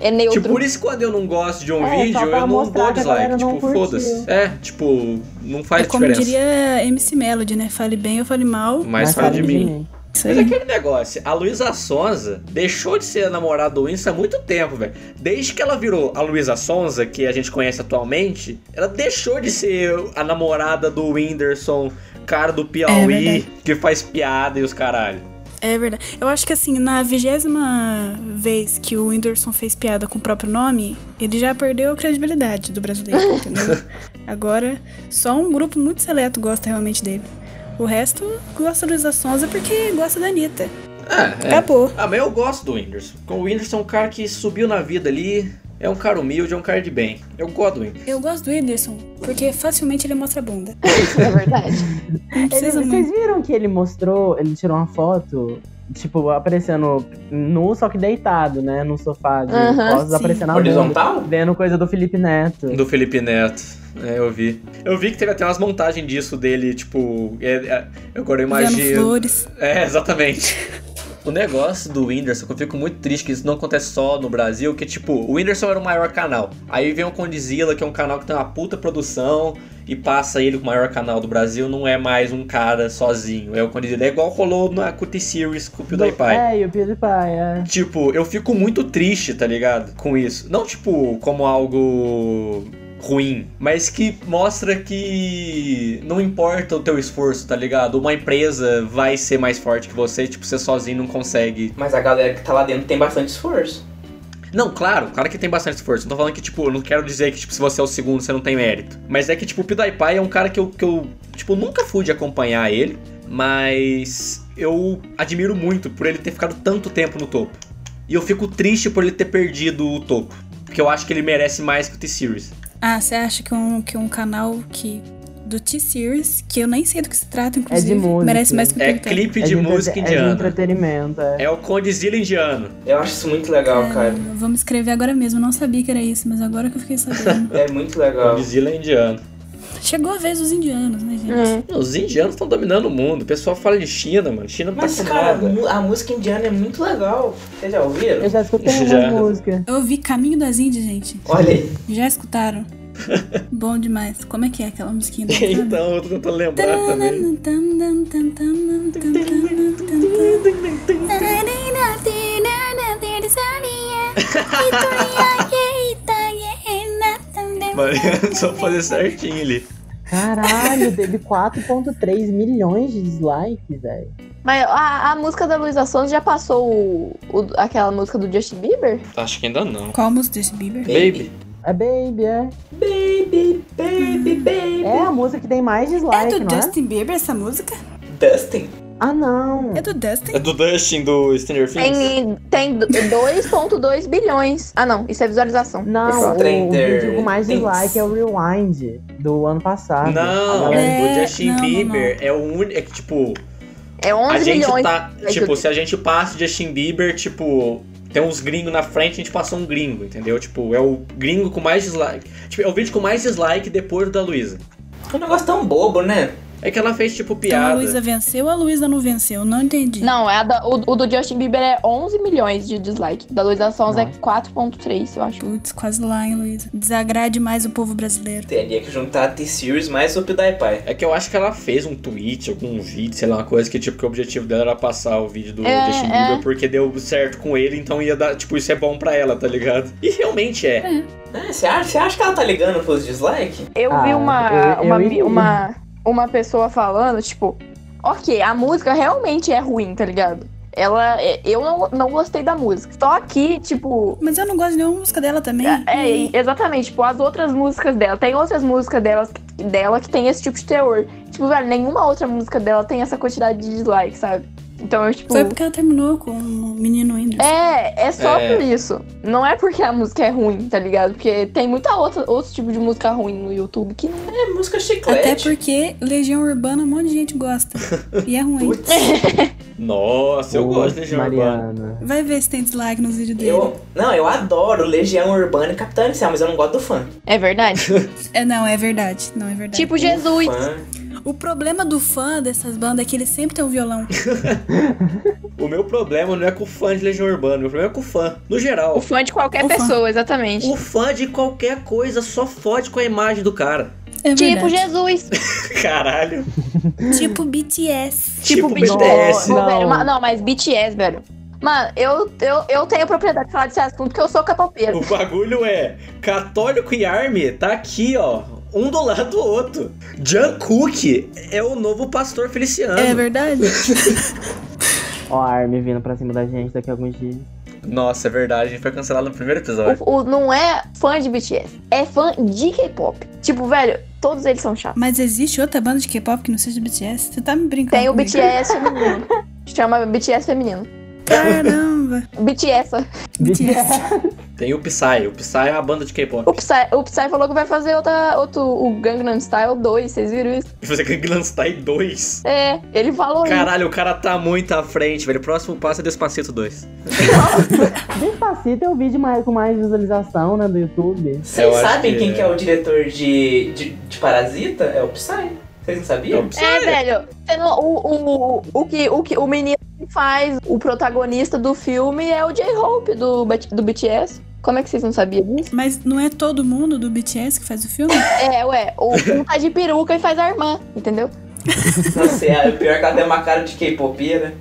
Speaker 4: É neutro.
Speaker 1: Tipo, por isso que quando eu não gosto de um
Speaker 3: É, só
Speaker 1: vídeo,
Speaker 3: pra
Speaker 1: eu não
Speaker 3: mostrar
Speaker 1: dou
Speaker 3: que a galera
Speaker 1: dislike.
Speaker 3: não
Speaker 1: Tipo,
Speaker 3: curtiu.
Speaker 1: foda-se. É, tipo, não faz
Speaker 5: é como
Speaker 1: diferença.
Speaker 5: diria MC Melody, né? Fale bem ou fale mal.
Speaker 1: Mas fala de mim.
Speaker 5: Isso
Speaker 1: Mas é
Speaker 5: aí.
Speaker 1: aquele negócio, a Luísa Sonza deixou de ser a namorada do Whindersson há muito tempo, velho. Desde que ela virou a Luísa Sonza, que a gente conhece atualmente, ela deixou de ser a namorada do Whindersson, cara do Piauí,
Speaker 5: verdade.
Speaker 1: que faz piada e os caralho.
Speaker 5: É verdade. Eu acho que assim, na vigésima vez que o Whindersson fez piada com o próprio nome, ele já perdeu a credibilidade do
Speaker 3: [laughs]
Speaker 5: brasileiro, entendeu? Agora, só um grupo muito seleto gosta realmente dele. O resto gosta do Isa Sonza porque gosta da Anitta.
Speaker 1: Ah, é.
Speaker 5: Acabou.
Speaker 1: Ah, mas eu gosto do Whindersson. Porque o Whindersson é um cara que subiu na vida ali, é um cara humilde, é um cara de bem. Eu gosto do Whindersson.
Speaker 5: Eu gosto do Whindersson porque facilmente ele mostra a bunda.
Speaker 4: [laughs]
Speaker 1: né?
Speaker 4: É verdade.
Speaker 5: Não
Speaker 3: Ele-
Speaker 5: precisa
Speaker 3: vocês
Speaker 5: muito.
Speaker 3: viram que ele mostrou, ele tirou uma foto tipo, aparecendo nu, só que deitado, né? No sofá de
Speaker 4: Aham,
Speaker 3: costas,
Speaker 5: sim.
Speaker 3: aparecendo a bunda.
Speaker 2: Horizontal?
Speaker 3: Vendo coisa do Felipe Neto.
Speaker 1: Do Felipe Neto. É, eu vi. Eu vi que teve até umas montagens disso dele, tipo. é, é, eu agora
Speaker 5: Vendo
Speaker 1: imagino.
Speaker 5: flores.
Speaker 1: É, exatamente. O negócio do Whindersson, que eu fico muito triste que isso não acontece só no Brasil, que tipo, o Whindersson era o maior canal. Aí vem o Condizila, que é um canal que tem uma puta produção, e passa ele com o maior canal do Brasil, não é mais um cara sozinho. É o Condizila, é igual rolou na Cutie Series com o PewDiePie.
Speaker 3: É, e o PewDiePie, é.
Speaker 1: Tipo, eu fico muito triste, tá ligado? Com isso. Não, tipo, como algo ruim, mas que mostra que não importa o teu esforço, tá ligado? Uma empresa vai ser mais forte que você, tipo, você sozinho não consegue.
Speaker 2: Mas a galera que tá lá dentro tem bastante esforço.
Speaker 1: Não, claro, claro que tem bastante esforço. Não tô falando que, tipo, eu não quero dizer que, tipo, se você é o segundo, você não tem mérito. Mas é que, tipo, o PewDiePie é um cara que eu, que eu tipo, nunca fui de acompanhar ele, mas eu admiro muito por ele ter ficado tanto tempo no topo. E eu fico triste por ele ter perdido o topo. Porque eu acho que ele merece mais que o T-Series.
Speaker 5: Ah, você acha que um, que um canal que do T-Series, que eu nem sei do que se trata, inclusive,
Speaker 3: É música.
Speaker 5: merece mais que um o
Speaker 1: É
Speaker 5: Twitter.
Speaker 1: clipe
Speaker 3: É
Speaker 1: de
Speaker 3: entre-
Speaker 1: música
Speaker 3: É de
Speaker 1: indiana.
Speaker 3: entretenimento, é.
Speaker 1: É o Condizila indiano.
Speaker 2: Eu acho isso muito legal, cara.
Speaker 5: Vamos escrever agora mesmo, eu não sabia que era isso, mas agora que eu fiquei
Speaker 2: [laughs]
Speaker 5: sabendo.
Speaker 2: É muito legal.
Speaker 1: Condizila indiano.
Speaker 5: Chegou a vez dos indianos, né, gente?
Speaker 4: Hum.
Speaker 1: Não, Os indianos estão dominando o mundo. O pessoal fala de China, mano. China não tá
Speaker 2: Mas,
Speaker 1: com
Speaker 2: cara, [laughs]
Speaker 1: nada.
Speaker 2: mu- a música indiana é muito legal. Vocês já ouviram?
Speaker 3: Eu já escutei
Speaker 1: Já.
Speaker 3: uma música.
Speaker 5: Eu ouvi Caminho das Índias, gente.
Speaker 2: Olha aí.
Speaker 5: Já escutaram? Bom demais. Como é que é aquela musiquinha? do-
Speaker 1: Então, eu tô tentando lembrar também. Mano, eu [laughs] só fazer certinho ali.
Speaker 3: Caralho, teve 4.3 milhões de dislikes, velho.
Speaker 4: Mas a, a música da Luísa Sons já passou o, o- aquela música do Justin Bieber?
Speaker 1: Acho que ainda não.
Speaker 5: [laughs] Qual a música do Justin Bieber?
Speaker 1: Baby.
Speaker 3: É Baby, é.
Speaker 2: Baby, baby, baby.
Speaker 3: É a música que tem mais
Speaker 5: É
Speaker 3: dislikes,
Speaker 5: do
Speaker 3: não é?
Speaker 5: Justin Bieber essa música?
Speaker 2: Dustin.
Speaker 3: Ah, não.
Speaker 5: É do Dustin?
Speaker 1: É do Dustin do
Speaker 5: É
Speaker 1: Stranger Things?
Speaker 4: Tem, tem do- 2.2 bilhões. Ah, não, isso é visualização.
Speaker 2: Esse
Speaker 3: Não, o
Speaker 2: trem der-
Speaker 3: vídeo com mais
Speaker 2: tem-
Speaker 3: dislike é o Rewind do ano passado.
Speaker 1: Ah, Não,
Speaker 5: É,
Speaker 1: o Justin
Speaker 5: não, não,
Speaker 1: Bieber é o único. É que, tipo,
Speaker 4: É
Speaker 1: a
Speaker 4: 11
Speaker 1: gente
Speaker 4: milhões.
Speaker 1: tá.
Speaker 4: né,
Speaker 1: Tipo,
Speaker 4: Júlio?
Speaker 1: se a gente passa o Justin Bieber, tipo, tem uns gringos na frente, a gente passa um gringo, entendeu? Tipo, é o gringo com mais dislike. Tipo, é o vídeo com mais dislike depois do da Luísa.
Speaker 2: É um negócio tão bobo, né?
Speaker 1: É que ela fez, tipo,
Speaker 5: Então a
Speaker 1: piada.
Speaker 5: Luísa venceu ou a Luísa não venceu? Não entendi.
Speaker 4: Não, é a da- o, o do Justin Bieber é 11 milhões de dislike. Da Luísa Sons é
Speaker 3: Nossa.
Speaker 4: 4.3, eu acho.
Speaker 5: Putz, quase lá, hein, Luísa. Desagrade mais o povo brasileiro.
Speaker 2: Teria que juntar a T-Series mais o PewDiePie.
Speaker 1: É que eu acho que ela fez um tweet, algum vídeo, sei lá, uma coisa que, tipo, que o objetivo dela era passar o vídeo do
Speaker 4: É,
Speaker 1: Justin Bieber
Speaker 4: é.
Speaker 1: porque deu certo com ele, então ia dar, tipo, isso é bom pra ela, tá ligado? E realmente é.
Speaker 2: Ah, Você acha, você acha que ela tá ligando pros dislikes?
Speaker 4: Eu
Speaker 3: Ah,
Speaker 4: vi uma,
Speaker 3: eu- eu
Speaker 4: uma,
Speaker 3: iria.
Speaker 4: uma, uma pessoa falando, tipo, ok, a música realmente é ruim, tá ligado? Ela. é- Eu não, não gostei da música. Só que, tipo.
Speaker 5: Mas eu não gosto de nenhuma música dela também.
Speaker 4: É, exatamente, tipo, as outras músicas dela. Tem outras músicas dela, dela que tem esse tipo de teor. Tipo, velho, nenhuma outra música dela tem essa quantidade de dislikes, sabe? Então eu, tipo.
Speaker 5: Foi porque ela terminou com o menino Whindersson.
Speaker 4: É, é só
Speaker 1: É.
Speaker 4: por isso. Não é porque a música é ruim, tá ligado? Porque tem muita outra, outro tipo de música ruim no YouTube que não
Speaker 2: É música
Speaker 5: Até
Speaker 2: chiclete.
Speaker 5: porque Legião Urbana um monte de gente gosta. e é ruim.
Speaker 2: Putz,
Speaker 1: Nossa, eu gosto de Legião Urbana.
Speaker 3: Mariana.
Speaker 5: Vai ver se tem dislike nos vídeos dele.
Speaker 2: eu, não, eu adoro Legião Urbana e Capitão Inicial, mas eu não gosto do fã.
Speaker 4: é verdade.
Speaker 5: É, não, é verdade. Não, é verdade.
Speaker 4: tipo Jesus.
Speaker 2: Fã.
Speaker 5: O problema do fã dessas bandas é que ele sempre tem um violão.
Speaker 1: O meu problema não é com o fã de Legião Urbana, o meu problema é com o fã. No
Speaker 4: O
Speaker 1: geral,
Speaker 4: fã de qualquer
Speaker 5: O fã.
Speaker 4: pessoa, exatamente.
Speaker 1: o fã de qualquer coisa só fode com a imagem do cara. [laughs]
Speaker 5: É
Speaker 4: Tipo
Speaker 5: verdade.
Speaker 4: Jesus.
Speaker 1: Caralho.
Speaker 5: Tipo BTS.
Speaker 1: Tipo
Speaker 4: Tipo,
Speaker 1: BTS.
Speaker 4: BTS. Não.
Speaker 3: Não.
Speaker 4: velho, ma- não, mas BTS, velho. Mano, eu, eu, eu tenho propriedade de falar desse assunto porque eu sou capopeira.
Speaker 1: O bagulho é católico e arme tá aqui, ó. Um do lado do outro. Jungkook é o novo pastor feliciano.
Speaker 5: É verdade?
Speaker 3: Ó, a Armin vindo pra cima da gente daqui a alguns dias.
Speaker 1: Nossa, é verdade. A gente foi cancelado no primeiro episódio.
Speaker 4: O, o- não é fã de BTS, é fã de K-pop. Tipo, velho, todos eles são chatos.
Speaker 5: Mas existe outra banda de K-pop que não seja BTS? Você tá me brincando?
Speaker 4: Tem o
Speaker 5: comigo?
Speaker 4: BTS feminino. Chama BTS feminino. [laughs]
Speaker 5: Caramba.
Speaker 4: BTS.
Speaker 5: BTS.
Speaker 1: Tem o Psy. O Psy é uma banda de K-pop.
Speaker 4: O Psy, o Psy falou que vai fazer outra, outro, o Gangnam Style 2, vocês viram isso?
Speaker 1: E Fazer Gangnam Style 2.
Speaker 4: É, ele falou isso.
Speaker 1: Caralho, o cara tá muito à frente, velho. O próximo passo é Despacito 2.
Speaker 3: Despacito é o vídeo mais, com mais visualização, né, do YouTube.
Speaker 1: Eu
Speaker 2: Vocês
Speaker 1: acho
Speaker 2: sabem
Speaker 1: que
Speaker 2: quem
Speaker 1: é.
Speaker 2: que é o diretor de, de, de Parasita? É o Psy. Vocês não
Speaker 1: É o
Speaker 2: sabiam?
Speaker 1: Psy.
Speaker 4: É, velho, você não- o, o, o, que, o que o menino que faz, o protagonista do filme é o J-Hope do, B- do BTS. Como é que vocês não sabiam disso?
Speaker 5: Mas não é todo mundo do BTS que faz o filme?
Speaker 4: É, ué, o um tá de peruca e faz a irmã, entendeu?
Speaker 2: Nossa, é o pior que ela tem uma cara de né? K-popera.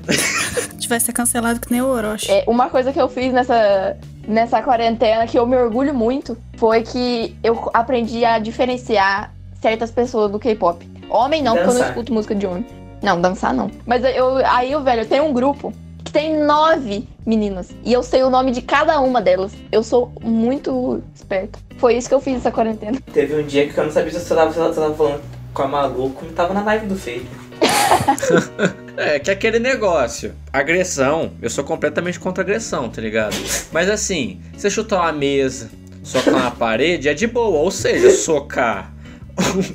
Speaker 5: Tivesse ser cancelado que nem o Orochi.
Speaker 4: É, uma coisa que eu fiz nessa, nessa quarentena que eu me orgulho muito foi que eu aprendi a diferenciar certas pessoas do K-pop. Homem não, porque eu não
Speaker 2: Dançar.
Speaker 4: escuto música de homem. Não, dançar não. Mas eu, aí, eu, velho, eu tenho um grupo que tem nove meninas. E eu sei o nome de cada uma delas. Eu sou muito esperta. Foi isso que eu fiz nessa quarentena. [laughs]
Speaker 2: Teve um dia que eu não sabia se eu tava, se eu tava falando com a maluco, eu tava na live do Fake.
Speaker 1: É, que é aquele negócio. Agressão, eu sou completamente contra agressão, tá ligado? Mas assim, você chutar uma mesa, socar uma parede é de boa, ou seja, socar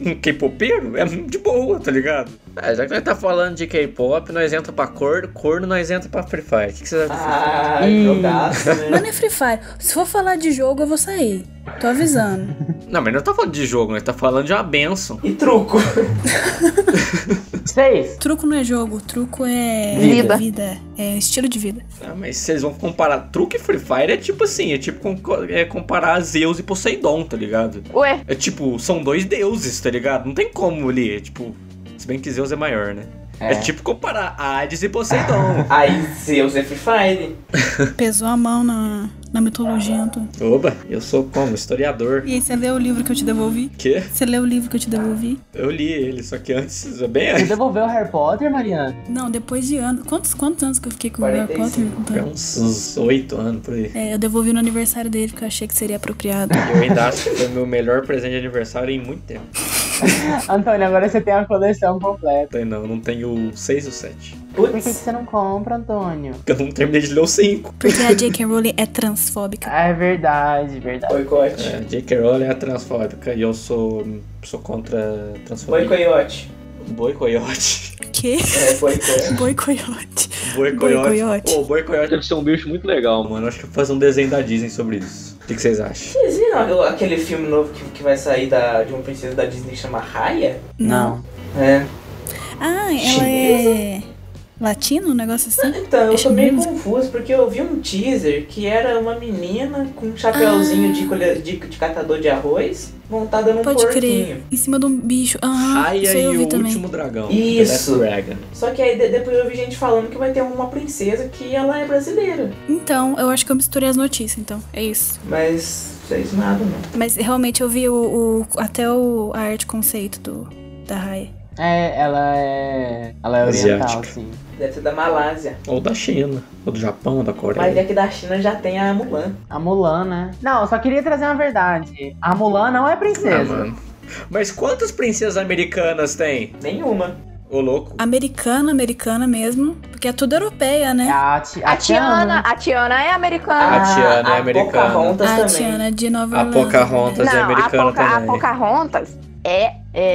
Speaker 1: um K-popeiro é de boa, tá ligado? É, já que nós tá falando de K-pop, nós entra pra corno, corno nós entra pra Free Fire. O que, que você acha?
Speaker 2: Ah,
Speaker 3: Hum.
Speaker 2: jogaço, né?
Speaker 1: [laughs]
Speaker 5: Mas não é Free Fire. Se for falar de jogo, eu vou sair. Tô avisando.
Speaker 1: Não, mas não tá falando de jogo, nós tá falando de uma benção.
Speaker 2: E truco.
Speaker 3: Seis.
Speaker 5: Truco não é jogo, truco é
Speaker 4: Vida.
Speaker 5: vida. É estilo de vida.
Speaker 1: Ah, mas vocês vão comparar. Truque e Free Fire é tipo assim, é tipo com- é comparar Zeus e Poseidon, tá ligado?
Speaker 4: Ué,
Speaker 1: É tipo, são dois deuses, tá ligado? Não tem como ali, é tipo. Se bem que Zeus é maior, né? É, tipo comparar Hades e Poseidon.
Speaker 2: Aí Zeus é Free Fire.
Speaker 5: Pesou a mão na, na mitologia, Antônio.
Speaker 1: [laughs] Oba, eu sou como? Historiador.
Speaker 5: E aí, você leu o livro que eu te devolvi?
Speaker 1: Que?
Speaker 5: Você leu o livro que eu te devolvi?
Speaker 1: Eu li ele, só que antes, é bem
Speaker 3: Você
Speaker 1: antes.
Speaker 3: devolveu o Harry Potter, Mariana?
Speaker 5: Não, depois de anos. Quantos, quantos anos que eu fiquei com o Harry
Speaker 2: 45.
Speaker 5: Potter?
Speaker 1: É
Speaker 5: Antônio?
Speaker 1: uns uns oito anos por aí.
Speaker 5: É, eu devolvi no aniversário dele porque eu achei que seria apropriado.
Speaker 1: Eu ainda acho que foi meu melhor presente de aniversário em muito tempo.
Speaker 3: Antônio, agora você tem a coleção completa.
Speaker 1: Não tem não, não tenho seis ou sete.
Speaker 3: Por que, que
Speaker 2: Putz,
Speaker 3: você não compra, Antônio?
Speaker 1: Porque eu não terminei de ler os cinco.
Speaker 5: Porque a J.K. Rowling é transfóbica.
Speaker 3: Ah, é verdade, verdade.
Speaker 2: boicote.
Speaker 1: É, J.K. Rowling é transfóbica e eu sou. sou contra
Speaker 2: Boi
Speaker 1: transfóbica.
Speaker 2: coiote.
Speaker 1: Boi coiote.
Speaker 5: [laughs] Que?
Speaker 2: É, boicote.
Speaker 5: Boi coiote.
Speaker 1: Boi
Speaker 5: Boi
Speaker 1: coiote.
Speaker 5: coiote.
Speaker 1: Pô, o boi coiote deve ser um bicho muito legal, mano. Acho que eu vou fazer um desenho da Disney sobre isso. O que, que vocês acham?
Speaker 2: Vocês viram aquele filme novo que, que vai sair da, de uma princesa da Disney que chama Raya?
Speaker 5: Não.
Speaker 2: É.
Speaker 5: Ah, ela é. Latina, um negócio
Speaker 1: É,
Speaker 5: assim?
Speaker 2: Então, eu tô meio
Speaker 5: Chinesa?
Speaker 2: confuso porque eu vi um teaser que era uma menina com um chapéuzinho de, colhe- de, de catador de arroz montada
Speaker 1: um
Speaker 2: num
Speaker 5: Pode
Speaker 2: porquinho.
Speaker 5: crer. Em cima de um bicho. Aham,
Speaker 1: Raia
Speaker 5: isso aí
Speaker 1: e
Speaker 5: eu
Speaker 1: o
Speaker 5: vi também.
Speaker 1: último dragão. The
Speaker 2: Isso.
Speaker 1: Last Dragon.
Speaker 2: Só que aí de- depois eu vi gente falando que vai ter uma princesa que ela é brasileira.
Speaker 5: Então, eu acho que eu misturei as notícias, então. É isso.
Speaker 2: Mas fez nada, não.
Speaker 5: Mas realmente eu vi o, o- até o, a arte conceito do, da Raia.
Speaker 3: É, ela é. Ela é oriental,
Speaker 1: Asiática.
Speaker 3: sim.
Speaker 2: Deve ser da Malásia.
Speaker 1: Ou da China. Ou do Japão, ou da
Speaker 2: Mas
Speaker 1: Coreia.
Speaker 2: é que da China já tem a Mulan.
Speaker 3: A Mulan, né? Não, eu só queria trazer uma verdade. A Mulan não é princesa.
Speaker 1: Ah, mano. Mas quantas princesas americanas tem?
Speaker 2: Nenhuma.
Speaker 1: Ô, louco.
Speaker 5: Americana, americana mesmo. Porque é tudo
Speaker 3: É
Speaker 5: europeia,
Speaker 1: Ah,
Speaker 5: né?
Speaker 3: a, ti, a,
Speaker 4: a Tiana, a Tiana é americana.
Speaker 1: A Tiana é
Speaker 2: a
Speaker 1: americana.
Speaker 2: Pocahontas
Speaker 5: A
Speaker 2: também.
Speaker 5: Ah, Tiana de Nova
Speaker 1: A
Speaker 5: Orleans.
Speaker 1: Pocahontas é
Speaker 4: não, a,
Speaker 1: americana
Speaker 4: Poca, a
Speaker 1: também.
Speaker 4: Pocahontas é... é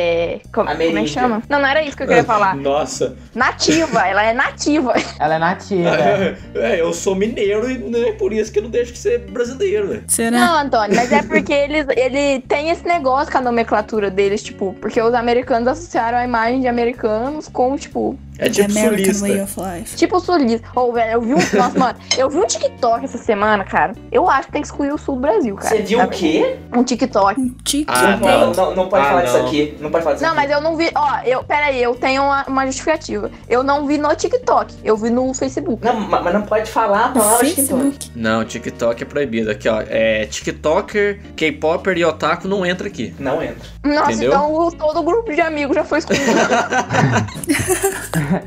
Speaker 4: como, como é
Speaker 2: Ameríndia.
Speaker 4: que chama? Não, não era isso que eu queria falar.
Speaker 1: [laughs] Nossa,
Speaker 4: Nativa, ela é nativa.
Speaker 3: Ela é [laughs] nativa.
Speaker 1: [laughs] é, eu sou mineiro e não é por isso que eu não deixo de ser brasileiro. né?
Speaker 5: Será?
Speaker 4: Não, Antônio, mas é porque eles ele tem esse negócio com a nomenclatura deles, tipo, porque os americanos associaram a imagem de americanos com, tipo,
Speaker 1: É tipo
Speaker 5: The American
Speaker 1: sulista.
Speaker 5: Way of Life.
Speaker 4: tipo sulista. Ou, velho, eu vi um. Nossa, mano, eu vi um TikTok essa semana, cara. Eu acho que tem que excluir o sul do Brasil, cara.
Speaker 2: Você viu
Speaker 4: Tá
Speaker 2: o quê?
Speaker 4: vendo? Um TikTok.
Speaker 5: Um tique.
Speaker 1: Ah,
Speaker 2: não,
Speaker 1: não.
Speaker 2: não, não pode
Speaker 1: Ah,
Speaker 2: falar disso
Speaker 1: não.
Speaker 2: aqui. Não pode falar disso
Speaker 4: Não,
Speaker 2: aqui.
Speaker 4: mas eu não vi. Ó, eu. Peraí, eu tenho uma, uma justificativa. Eu não vi no TikTok, eu vi no Facebook.
Speaker 2: Não, ma- mas não pode falar a
Speaker 5: No
Speaker 2: palavra TikTok.
Speaker 5: Facebook.
Speaker 1: Não, TikTok é proibido. Aqui, ó. É TikToker, K-Popper e Otaku não entra aqui.
Speaker 2: Não entra.
Speaker 4: Nossa,
Speaker 1: Entendeu?
Speaker 4: então o- todo o grupo de amigos já foi excluído.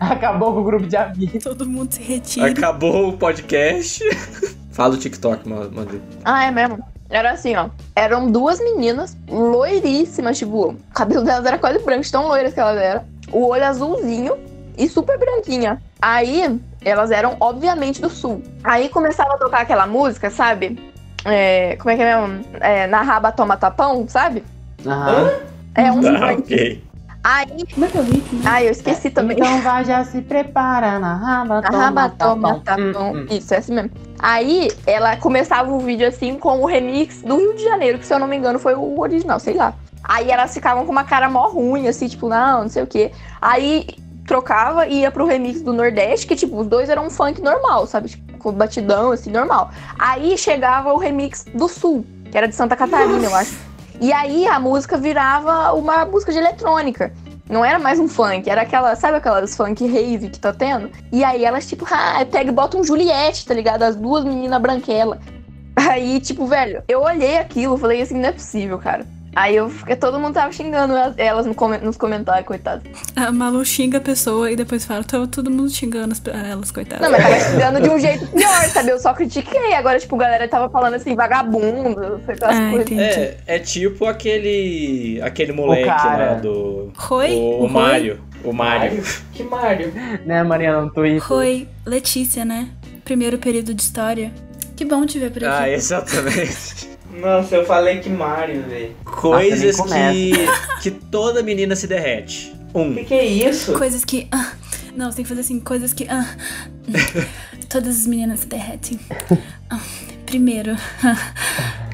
Speaker 3: Acabou com o grupo de amigos.
Speaker 5: Todo mundo se retira.
Speaker 1: Acabou o podcast. [laughs] Fala o TikTok, ma- Madri.
Speaker 4: Ah, é mesmo? Era assim, ó. Eram duas meninas loiríssimas, tipo, o cabelo delas era quase branco, de tão loiras que elas eram. O olho azulzinho e super branquinha. Aí, elas eram, obviamente, do sul. Aí começava a tocar aquela música, sabe? é, como é que é mesmo? É, na raba toma tapão, sabe?
Speaker 3: Aham.
Speaker 4: É um
Speaker 1: Tá,
Speaker 4: funk.
Speaker 1: ok.
Speaker 4: Aí,
Speaker 5: Como é que eu vi isso, né?
Speaker 4: ai, eu esqueci também.
Speaker 3: Então vai, já se prepara na raba,
Speaker 4: Na
Speaker 3: toma,
Speaker 4: raba toma
Speaker 3: tapão.
Speaker 4: tapão.
Speaker 3: Hum, hum.
Speaker 4: Isso, é assim mesmo. Aí ela começava o vídeo assim com o remix do Rio de Janeiro, que se eu não me engano foi o original, sei lá. Aí elas ficavam com uma cara mó ruim, assim, tipo, não, não sei o quê. Aí trocava e ia pro remix do Nordeste, que, tipo, os dois eram um funk normal, sabe? Tipo, com batidão, assim, normal. Aí chegava o remix do Sul, que era de Santa Catarina, eu acho. E aí a música virava uma música de eletrônica. Não era mais um funk, era aquela, sabe aquelas funk rave que tá tendo? E aí elas, tipo, ah, pega e bota um Juliette, tá ligado? As duas meninas branquelas. [laughs] Aí, tipo, velho, eu olhei aquilo, falei assim, não é possível, cara. Aí eu fiquei, todo mundo tava xingando elas- elas no comen- nos comentários, coitadas.
Speaker 5: A Malu xinga a pessoa e depois fala, tô todo mundo xingando as- ah, elas, coitadas.
Speaker 4: Não, mas tava xingando de um jeito pior, sabe? Eu só critiquei. Agora, tipo, a galera tava falando assim, vagabundo, sei lá,
Speaker 5: Ah,
Speaker 4: as coisas.
Speaker 5: entendi.
Speaker 1: É, é tipo aquele. aquele moleque
Speaker 3: cara.
Speaker 1: lá do.
Speaker 5: Roi?
Speaker 1: O, o
Speaker 5: Roi?
Speaker 1: Mário. O Mário.
Speaker 2: [laughs] Que Mário?
Speaker 3: Né, Mariana, no Twitter.
Speaker 5: Roi, Letícia, né? Primeiro período de história. Que bom te ver por aqui.
Speaker 1: Ah, exatamente.
Speaker 2: Nossa, eu falei que Mário, velho.
Speaker 1: Coisas
Speaker 3: Nossa, nem
Speaker 1: que, que toda menina se derrete. Um.
Speaker 2: Que que é isso?
Speaker 5: Coisas que. ah, não, você tem que fazer assim, coisas que. ah, [laughs] todas as meninas se derretem. Ah, primeiro.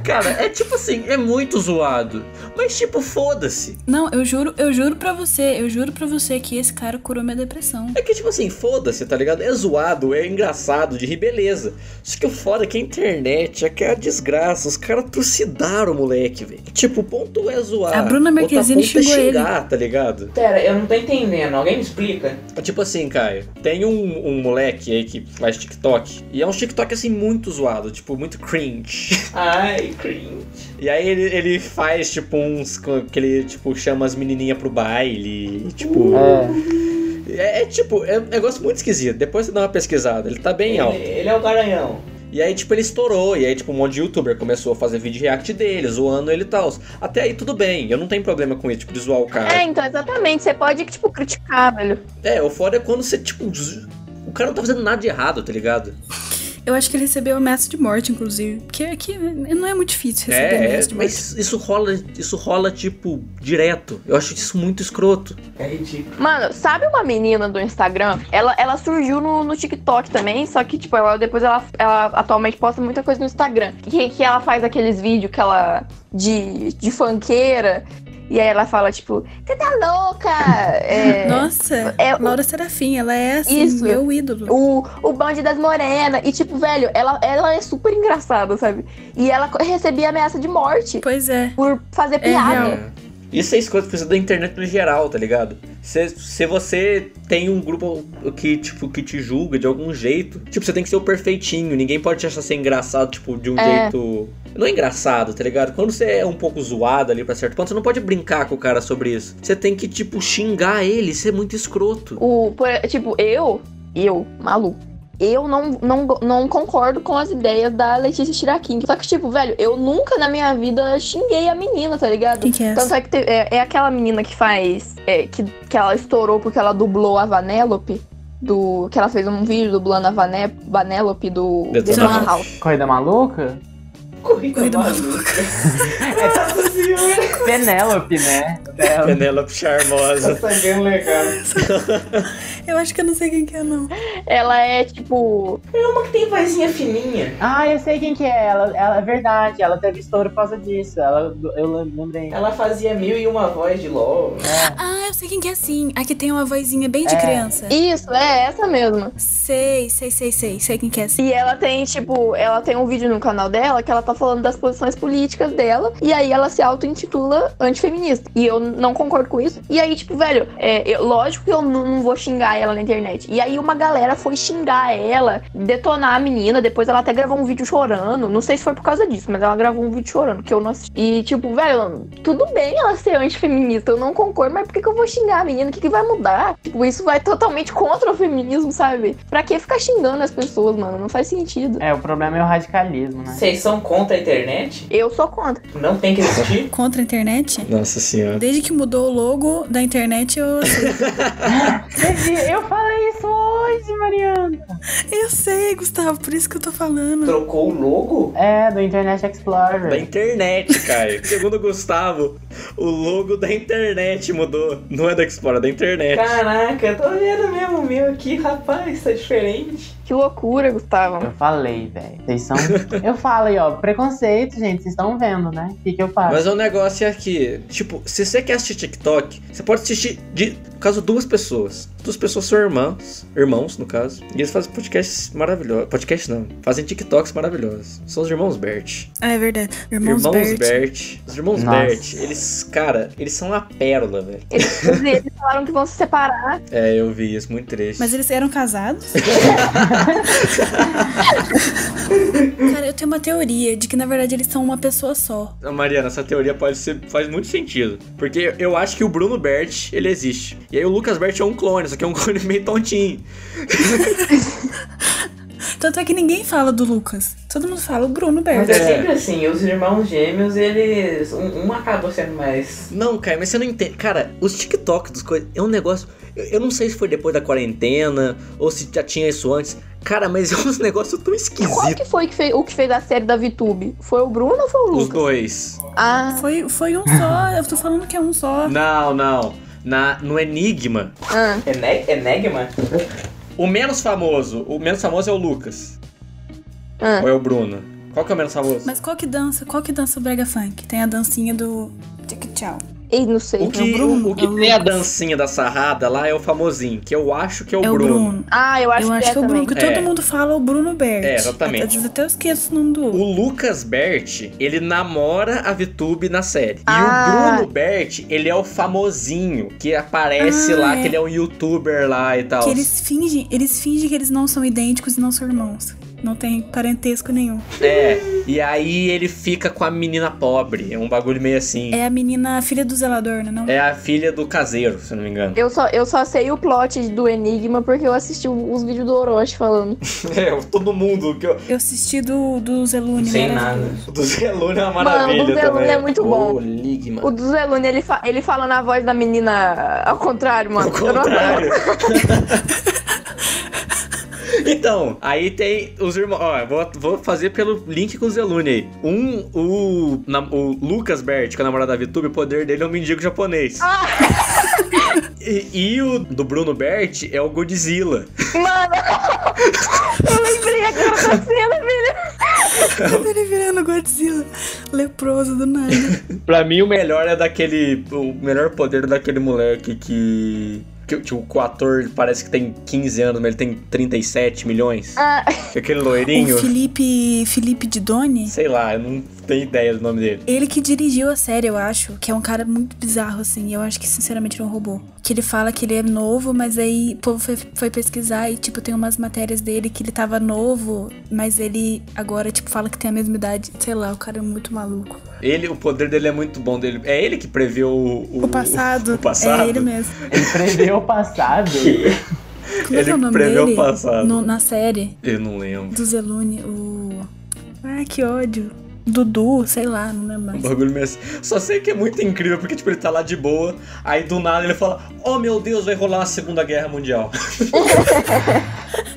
Speaker 1: Cara, é tipo assim, é muito zoado. Mas tipo, foda-se.
Speaker 5: Não, eu juro, eu juro pra você, eu juro pra você que esse cara curou minha depressão.
Speaker 1: É que tipo assim, foda-se, tá ligado? É zoado, é engraçado, de rir, beleza. Só que o foda é que a internet é que é a desgraça. Os caras trucidaram o moleque, velho. Tipo, o ponto é zoar.
Speaker 5: A Bruna
Speaker 1: outra
Speaker 5: Marquezine
Speaker 1: ponta é
Speaker 5: xingou ele.
Speaker 1: xingar, tá ligado?
Speaker 2: Pera, eu não tô entendendo. Alguém me explica?
Speaker 1: Tipo assim, Caio, tem um, um moleque aí que faz TikTok. E é um TikTok assim muito zoado, tipo, muito cringe. [laughs]
Speaker 2: Ai, cringe.
Speaker 1: E aí ele, ele faz, tipo, uns. co- que ele, tipo, chama as menininhas pro baile. e, Tipo.
Speaker 3: É.
Speaker 1: É, é, tipo, é um negócio muito esquisito. Depois você dá uma pesquisada, ele tá bem
Speaker 2: Ele,
Speaker 1: alto.
Speaker 2: ele é o garanhão.
Speaker 1: E aí, tipo, ele estourou. E aí, tipo, um monte de youtuber começou a fazer vídeo react dele, zoando ele e tal. Até aí tudo bem, eu não tenho problema com isso, tipo, de zoar o
Speaker 4: É,
Speaker 1: cara.
Speaker 4: então, exatamente. Você pode, tipo, criticar, velho.
Speaker 1: É, o foda é quando você, tipo. z- O cara não tá fazendo nada de errado, tá ligado?
Speaker 5: Eu acho que ele recebeu ameaça de morte, inclusive. Porque aqui né, não é muito difícil receber
Speaker 1: É, é,
Speaker 5: ameaça de morte.
Speaker 1: mas isso rola, isso rola, tipo, direto. Eu acho isso muito escroto.
Speaker 2: É ridículo.
Speaker 4: Mano, sabe uma menina do Instagram? Ela, ela surgiu no, no TikTok também, só que, tipo, ela, depois ela, ela atualmente posta muita coisa no Instagram. Que, que ela faz aqueles vídeos que ela. de, de funkeira. E aí ela fala, tipo, você tá louca? É,
Speaker 5: Nossa,
Speaker 4: é o-
Speaker 5: Laura Serafim, ela é assim,
Speaker 4: Isso.
Speaker 5: meu ídolo.
Speaker 4: o, o bonde das morenas. E, tipo, velho, ela, ela é super engraçada, sabe? E ela co- recebia ameaça de morte
Speaker 5: Pois é.
Speaker 4: por fazer
Speaker 5: real.
Speaker 4: piada.
Speaker 1: Isso é escroto precisa da internet no geral, tá ligado? Se, se você tem um grupo que, tipo, que te julga de algum jeito, tipo, você tem que ser o perfeitinho, ninguém pode te achar ser engraçado, tipo, de um
Speaker 4: É.
Speaker 1: jeito. Não é engraçado, tá ligado? Quando você é um pouco zoado ali pra certo ponto, você não pode brincar com o cara sobre isso. Você tem que, tipo, xingar ele, ser muito escroto.
Speaker 4: O, por- tipo, eu, eu, Malu, eu não, não, não concordo com as ideias da Letícia Tiraquim. Só que, tipo, velho, eu nunca na minha vida xinguei a menina, tá ligado?
Speaker 5: Quem que é
Speaker 4: Tanto
Speaker 5: essa?
Speaker 4: é que te- é, é aquela menina que faz. é, que, que ela estourou porque ela dublou a Vanélope. Do, que ela fez um vídeo dublando a Vané, Vanélope do
Speaker 1: Detona
Speaker 4: Detona
Speaker 5: House.
Speaker 4: House.
Speaker 3: Corrida maluca?
Speaker 2: Corrida,
Speaker 5: Corrida
Speaker 2: maluca. [laughs] Nossa senhora.
Speaker 3: Penélope, né? Penélope.
Speaker 1: Penélope charmosa.
Speaker 2: Tá bem legal.
Speaker 5: Eu acho que eu não sei quem que é, não.
Speaker 4: Ela é tipo.
Speaker 2: Uma que tem vozinha fininha.
Speaker 3: Ah, eu sei quem que é. Ela, ela é verdade. Ela teve estouro por causa disso. Ela, eu lembrei.
Speaker 2: Ela fazia mil e uma voz de LOL.
Speaker 5: Ah, eu sei quem que é sim. A que tem uma vozinha bem de
Speaker 3: É.
Speaker 5: criança.
Speaker 4: Isso, é essa mesma.
Speaker 5: Sei, sei, sei, sei. Sei quem que é sim.
Speaker 4: E ela tem, tipo, ela tem um vídeo no canal dela que ela tá falando das posições políticas dela, e aí ela se auto-intitula antifeminista. E eu não concordo com isso. E aí, tipo, velho, é, eu- lógico que eu n- não vou xingar ela na internet. E aí uma galera foi xingar ela, detonar a menina, depois ela até gravou um vídeo chorando. Não sei se foi por causa disso, mas ela gravou um vídeo chorando, que eu não assisti. E, tipo, velho, tudo bem ela ser antifeminista, eu não concordo, mas por que, que eu vou xingar a menina? O que, que vai mudar? Tipo, isso vai totalmente contra o feminismo, sabe? Pra que ficar xingando as pessoas, mano? Não faz sentido.
Speaker 3: É, o problema é o radicalismo, né?
Speaker 2: Vocês são contra a internet?
Speaker 4: Eu sou contra.
Speaker 2: Não tem que existir?
Speaker 5: Contra a internet?
Speaker 1: Nossa senhora.
Speaker 5: Desde
Speaker 4: [laughs]
Speaker 5: que mudou o logo da internet, eu.
Speaker 3: Gente, Eu falei isso hoje! triste, Mariana.
Speaker 5: Eu sei, Gustavo, por isso que eu tô falando.
Speaker 2: Trocou o logo?
Speaker 3: É, do Internet Explorer.
Speaker 1: Da internet, Caio. Segundo o Gustavo, o logo da internet mudou. Não é da Explora, é da internet.
Speaker 2: Caraca, eu tô vendo mesmo o meu aqui, rapaz, tá diferente.
Speaker 4: Que loucura, Gustavo.
Speaker 3: Eu falei, velho. Vocês são. eu falo aí, ó. Preconceito, gente. Vocês estão vendo, né? O que, que eu faço?
Speaker 1: Mas o negócio é que, tipo, se você quer assistir TikTok, você pode assistir de, no caso, duas pessoas. Duas pessoas são irmãs, irmãos, no caso. E eles fazem podcasts maravilhosos. Podcast não, fazem TikToks maravilhosos. São os irmãos Bert.
Speaker 5: Ah, é verdade. Irmãos,
Speaker 1: Irmãos,
Speaker 5: Bert.
Speaker 1: Bert. Os irmãos
Speaker 3: Nossa.
Speaker 1: Bert, eles, cara, eles são uma pérola, velho.
Speaker 4: Inclusive, Eles falaram que vão se separar.
Speaker 1: É, eu vi isso, muito triste.
Speaker 5: Mas eles
Speaker 1: [laughs]
Speaker 5: eram casados? Cara, eu tenho uma teoria de que na verdade eles são uma pessoa só.
Speaker 1: Mariana, essa teoria pode ser, faz muito sentido. Porque eu acho que o Bruno Bert, ele existe. E aí o Lucas Bert é um clone, só que é um [laughs] clone meio tontinho.
Speaker 5: Tanto é que ninguém fala do Lucas. Todo mundo fala o Bruno
Speaker 2: Mas
Speaker 5: Bert.
Speaker 2: é
Speaker 1: É.
Speaker 2: sempre assim, os irmãos gêmeos, eles. Um, um acabou sendo mais.
Speaker 1: Não, cara, mas você não entende. Cara, os TikTok dos coisas é um negócio. Eu, eu não sei se foi depois da quarentena ou se já tinha isso antes. Cara, mas [laughs] é uns negócios tão
Speaker 4: Qual
Speaker 1: esquisitos.
Speaker 4: que foi que fez, o que fez a série da VTube? Foi o Bruno ou foi o
Speaker 1: Os
Speaker 4: Lucas?
Speaker 1: dois.
Speaker 4: Ah,
Speaker 5: Foi, foi um só, eu tô falando que é um só.
Speaker 1: Não, não. Na, no Enigma,
Speaker 4: ah.
Speaker 2: Ene- Enigma?
Speaker 1: o menos famoso. O menos famoso é o Lucas.
Speaker 4: Ah.
Speaker 1: Ou é o Bruno? Qual que é o menos famoso?
Speaker 5: Mas qual que dança? Qual que dança o Brega Funk? Tem a dancinha do. Tic tchau.
Speaker 4: Ei, não sei.
Speaker 1: O que,
Speaker 5: Bruno,
Speaker 1: o, o que
Speaker 5: é o
Speaker 1: tem a
Speaker 5: Lucas.
Speaker 1: dancinha da sarrada lá é o famosinho, que eu acho que é o,
Speaker 5: É o
Speaker 1: Bruno.
Speaker 5: Bruno.
Speaker 4: Ah, eu acho
Speaker 5: eu
Speaker 4: que
Speaker 5: acho
Speaker 4: é
Speaker 5: que é o Bruno,
Speaker 4: também.
Speaker 5: que
Speaker 1: também.
Speaker 5: todo
Speaker 1: É.
Speaker 5: mundo fala o Bruno Bert.
Speaker 1: É, exatamente.
Speaker 5: Às vezes até eu esqueço o nome do outro.
Speaker 1: O Lucas Bert, ele namora a VTube na série. E
Speaker 4: Ah.
Speaker 1: o Bruno Bert, ele é o famosinho, que aparece
Speaker 5: Ah,
Speaker 1: lá,
Speaker 5: é.
Speaker 1: que ele é um youtuber lá e tal.
Speaker 5: Que eles fingem, eles fingem que eles não são idênticos e não são irmãos. Não tem parentesco nenhum.
Speaker 1: É. E aí ele fica com a menina pobre. É um bagulho meio assim.
Speaker 5: É a menina, a filha do zelador, não é? não?
Speaker 1: É, a filha do caseiro, se eu não me engano.
Speaker 4: Eu só, eu só sei o plot do Enigma porque eu assisti os vídeos do Orochi falando.
Speaker 1: [laughs] É, todo mundo. Que eu...
Speaker 5: Eu assisti do, do Zelune. né?
Speaker 2: Sem
Speaker 5: maravilhoso.
Speaker 2: nada.
Speaker 1: O do Zelune é uma
Speaker 4: Mano, o do
Speaker 1: maravilha
Speaker 4: Zelune
Speaker 1: também.
Speaker 4: é muito bom.
Speaker 1: Ô, Ligma.
Speaker 4: O do Zelune, ele, fa ele fala na voz da menina ao contrário, mano.
Speaker 1: Ao contrário. [laughs] Então, aí tem os irmãos. Ó, vou, vou fazer pelo link com o Zelune aí. Um, o, na- o Lucas Bert, que é o namorado da VTube, o poder dele é um mendigo japonês. E, e o do Bruno Bert é o Godzilla.
Speaker 4: Eu não- Mano, [laughs] eu lembrei agora da cena, velho.
Speaker 5: Ele virando Godzilla, leproso do nada.
Speaker 1: Pra mim, o melhor é daquele. O melhor poder é daquele moleque que. que tipo, o ator parece que tem 15 anos, mas ele tem 37 milhões. é
Speaker 4: Ah,
Speaker 1: Aquele loirinho.
Speaker 5: O Felipe, Felipe Didoni,
Speaker 1: Sei lá, eu não tenho ideia do nome dele.
Speaker 5: ele que dirigiu a série, eu acho, que é um cara muito bizarro, assim. Eu acho que, sinceramente, não roubou. Que ele fala que ele é novo, mas aí o povo foi, foi pesquisar e, tipo, tem umas matérias dele que ele tava novo, mas ele agora, tipo, fala que tem a mesma idade. Sei lá, o cara é muito maluco.
Speaker 1: Ele, o poder dele é muito bom dele. É ele que preveu o, [laughs]
Speaker 5: O passado,
Speaker 1: O, passado.
Speaker 5: é ele mesmo.
Speaker 3: Ele preveu o passado.
Speaker 5: Como é que
Speaker 1: é Ele
Speaker 5: é o nome
Speaker 1: preveu o
Speaker 5: dele?
Speaker 1: passado.
Speaker 5: No- na série
Speaker 1: Eu não lembro.
Speaker 5: do Zelune, o... Ah, que ódio. Dudu, sei lá, não lembro
Speaker 1: O
Speaker 5: mais.
Speaker 1: bagulho mesmo. Só sei que é muito incrível, porque, tipo, ele tá lá de boa, aí do nada ele fala: Oh meu Deus, vai rolar a Segunda Guerra Mundial. [laughs]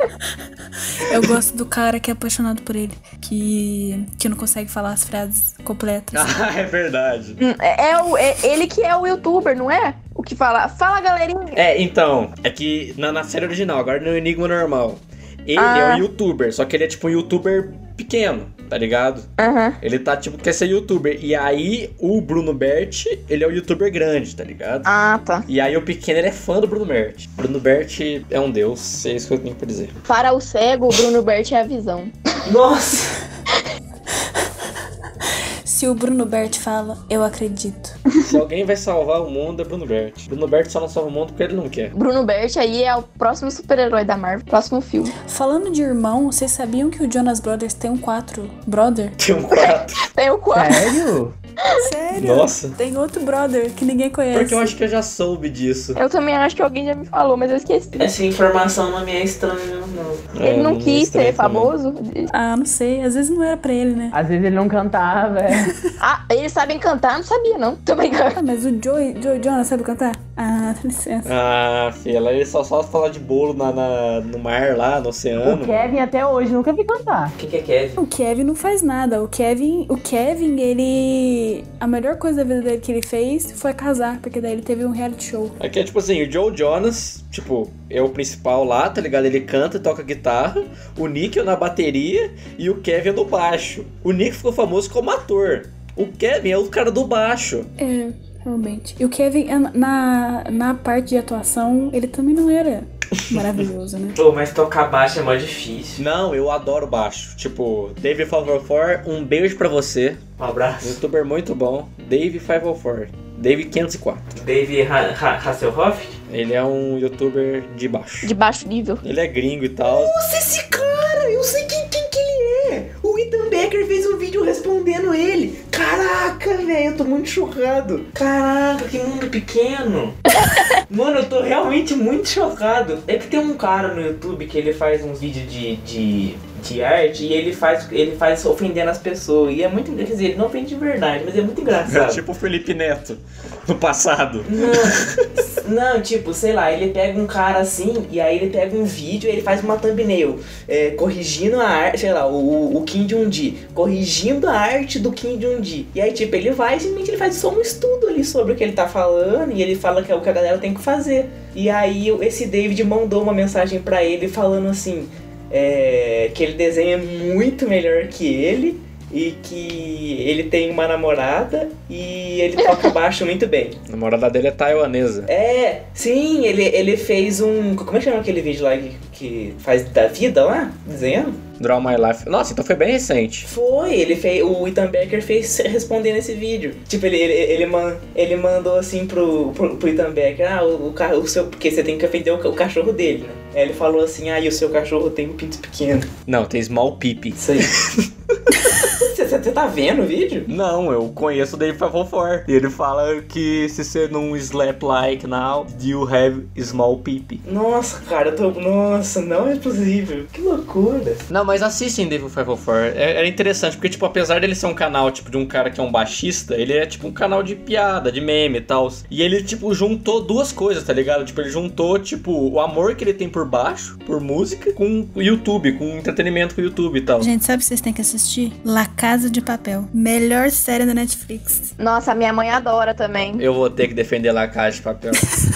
Speaker 5: Eu gosto do cara que é apaixonado por ele, que, que não consegue falar as frases completas.
Speaker 1: ah, é verdade.
Speaker 4: é, o, é ele que é o youtuber, não é? O que fala. Fala, galerinha.
Speaker 1: É, então, é que na, na série original, agora no Enigma Normal, ele é
Speaker 4: Ah.
Speaker 1: um youtuber, só que ele é tipo um youtuber pequeno, tá ligado?
Speaker 4: Aham.
Speaker 1: Ele tá tipo, quer ser youtuber. E aí o Bruno Bert, ele é um youtuber grande, tá ligado?
Speaker 4: Ah, tá.
Speaker 1: E aí o pequeno ele é fã do Bruno Bert. Bruno Bert é um deus, é isso que eu tenho pra dizer.
Speaker 4: Para o cego, o Bruno Bert é a visão.
Speaker 2: Nossa!
Speaker 5: Se o Bruno Bert fala, eu acredito.
Speaker 1: Se alguém vai salvar o mundo é Bruno Bert. Bruno Bert só não salva o mundo porque ele não quer. [laughs]
Speaker 4: Bruno Bert aí é o próximo super-herói da Marvel, próximo filme.
Speaker 5: Falando de irmão, vocês sabiam que o Jonas Brothers tem um quatro brother?
Speaker 1: Tem um quarto.
Speaker 4: Tem o
Speaker 1: É.
Speaker 4: quarto.
Speaker 3: Sério?
Speaker 5: Sério?
Speaker 1: Nossa.
Speaker 5: Tem outro brother que ninguém
Speaker 1: Porque
Speaker 5: conhece.
Speaker 1: eu acho que eu já soube disso.
Speaker 4: Eu também acho que alguém já me falou, mas eu esqueci.
Speaker 2: Essa informação não me é estranha, não.
Speaker 1: É,
Speaker 4: Ele não quis
Speaker 1: estranho também.
Speaker 4: ser famoso.
Speaker 5: Ah, não sei. Às vezes não era pra ele, né?
Speaker 3: Às vezes ele não cantava. é.
Speaker 4: Ah, eles sabem cantar? Não sabia, não. Tô brincando.
Speaker 5: Ah, mas o Joey, Joey Jonas sabe cantar? Ah, dá licença.
Speaker 1: Ah, filha, ela- ele só só falar de bolo na, na- no mar lá, no oceano.
Speaker 3: O Kevin até hoje nunca vi cantar.
Speaker 2: O que, que é Kevin?
Speaker 5: O Kevin não faz nada. O Kevin, o Kevin, ele. A melhor coisa da vida dele que ele fez foi casar, porque daí ele teve um reality show.
Speaker 1: Aqui é tipo assim, o Joe Jonas, tipo, é o principal lá, tá ligado? Ele canta e toca guitarra, o Nick é na bateria e o Kevin é no baixo. O Nick ficou famoso como ator. O Kevin é o cara do baixo.
Speaker 5: É, realmente. E o Kevin, é na- na, na parte de atuação, ele também não era maravilhoso, né?
Speaker 2: Pô, mas tocar baixo é mó difícil.
Speaker 1: Não, eu adoro baixo. Tipo, Dave 504, um beijo pra você.
Speaker 2: Um abraço.
Speaker 1: Youtuber muito bom. Dave 504. Dave 504.
Speaker 2: Dave Ha- Ha- Hasselhoff?
Speaker 1: Ele é um youtuber de baixo.
Speaker 4: De baixo nível.
Speaker 1: Ele é gringo e tal.
Speaker 2: Nossa, esse cara! Eu sei quem, quem que ele é! O Ethan Becker fez um vídeo respondendo ele! Caraca, velho, eu tô muito chocado! Caraca, que mundo pequeno! [laughs] Mano, eu tô realmente muito chocado! É que tem um cara no YouTube que ele faz uns vídeos de, de, de arte e ele faz, ele faz ofendendo as pessoas. E é muito engraçado. Quer dizer, ele não ofende de verdade, mas é
Speaker 1: [laughs]
Speaker 2: muito
Speaker 1: É
Speaker 2: engraçado.
Speaker 1: tipo o Felipe Neto, no passado.
Speaker 2: Não, não, tipo, sei lá, ele pega um cara assim, e aí ele pega um vídeo e ele faz uma thumbnail, é, corrigindo a arte, sei lá, o, o Kim Jong-di, corrigindo a arte do Kim Jong-di. E aí, tipo, ele vai, simplesmente ele faz só um estudo ali sobre o que ele tá falando, e ele fala que é o que a galera tem que fazer. E aí, esse David mandou uma mensagem pra ele falando assim, é, que ele desenha muito melhor que ele, e que ele tem uma namorada, e ele toca baixo muito bem.
Speaker 1: A namorada dele é taiwanesa.
Speaker 2: É, sim, ele, ele fez um. Como é que chama aquele vídeo lá que, que faz da vida lá? Desenhando?
Speaker 1: Draw My Life. Nossa, então foi bem recente.
Speaker 2: Foi, ele fez. O Ethan Becker fez [laughs] respondendo esse vídeo. Tipo, ele, ele, ele, man- ele mandou assim pro, pro, pro Ethan Becker, ah, o, o, ca- o seu. Porque você tem que ofender o, ca- o cachorro dele, né? Aí ele falou assim, ah, e o seu cachorro tem um pinto pequeno.
Speaker 1: Não, tem Small Pipi.
Speaker 2: Isso aí. Você você tá vendo o vídeo?
Speaker 1: Não, eu conheço o Dave Favor. E ele fala que se você não slap like now, you have small pipi.
Speaker 2: Nossa, cara, eu tô. Nossa, não é possível. Que loucura.
Speaker 1: Não, mas assistem Dave Favor. É, era interessante, porque, tipo, apesar dele ser um canal, tipo, de um cara que é um baixista, ele é, tipo, um canal de piada, de meme e tal. E ele, tipo, juntou duas coisas, tá ligado? Tipo, ele juntou, tipo, o amor que ele tem por baixo, por música, com o YouTube, com o entretenimento com o YouTube e tal.
Speaker 5: Gente, sabe o que vocês têm que assistir? La Casa de Papel. Melhor série da Netflix.
Speaker 4: Nossa, minha mãe adora também.
Speaker 1: Eu vou ter que defender La Casa de
Speaker 5: [laughs]
Speaker 1: Papel.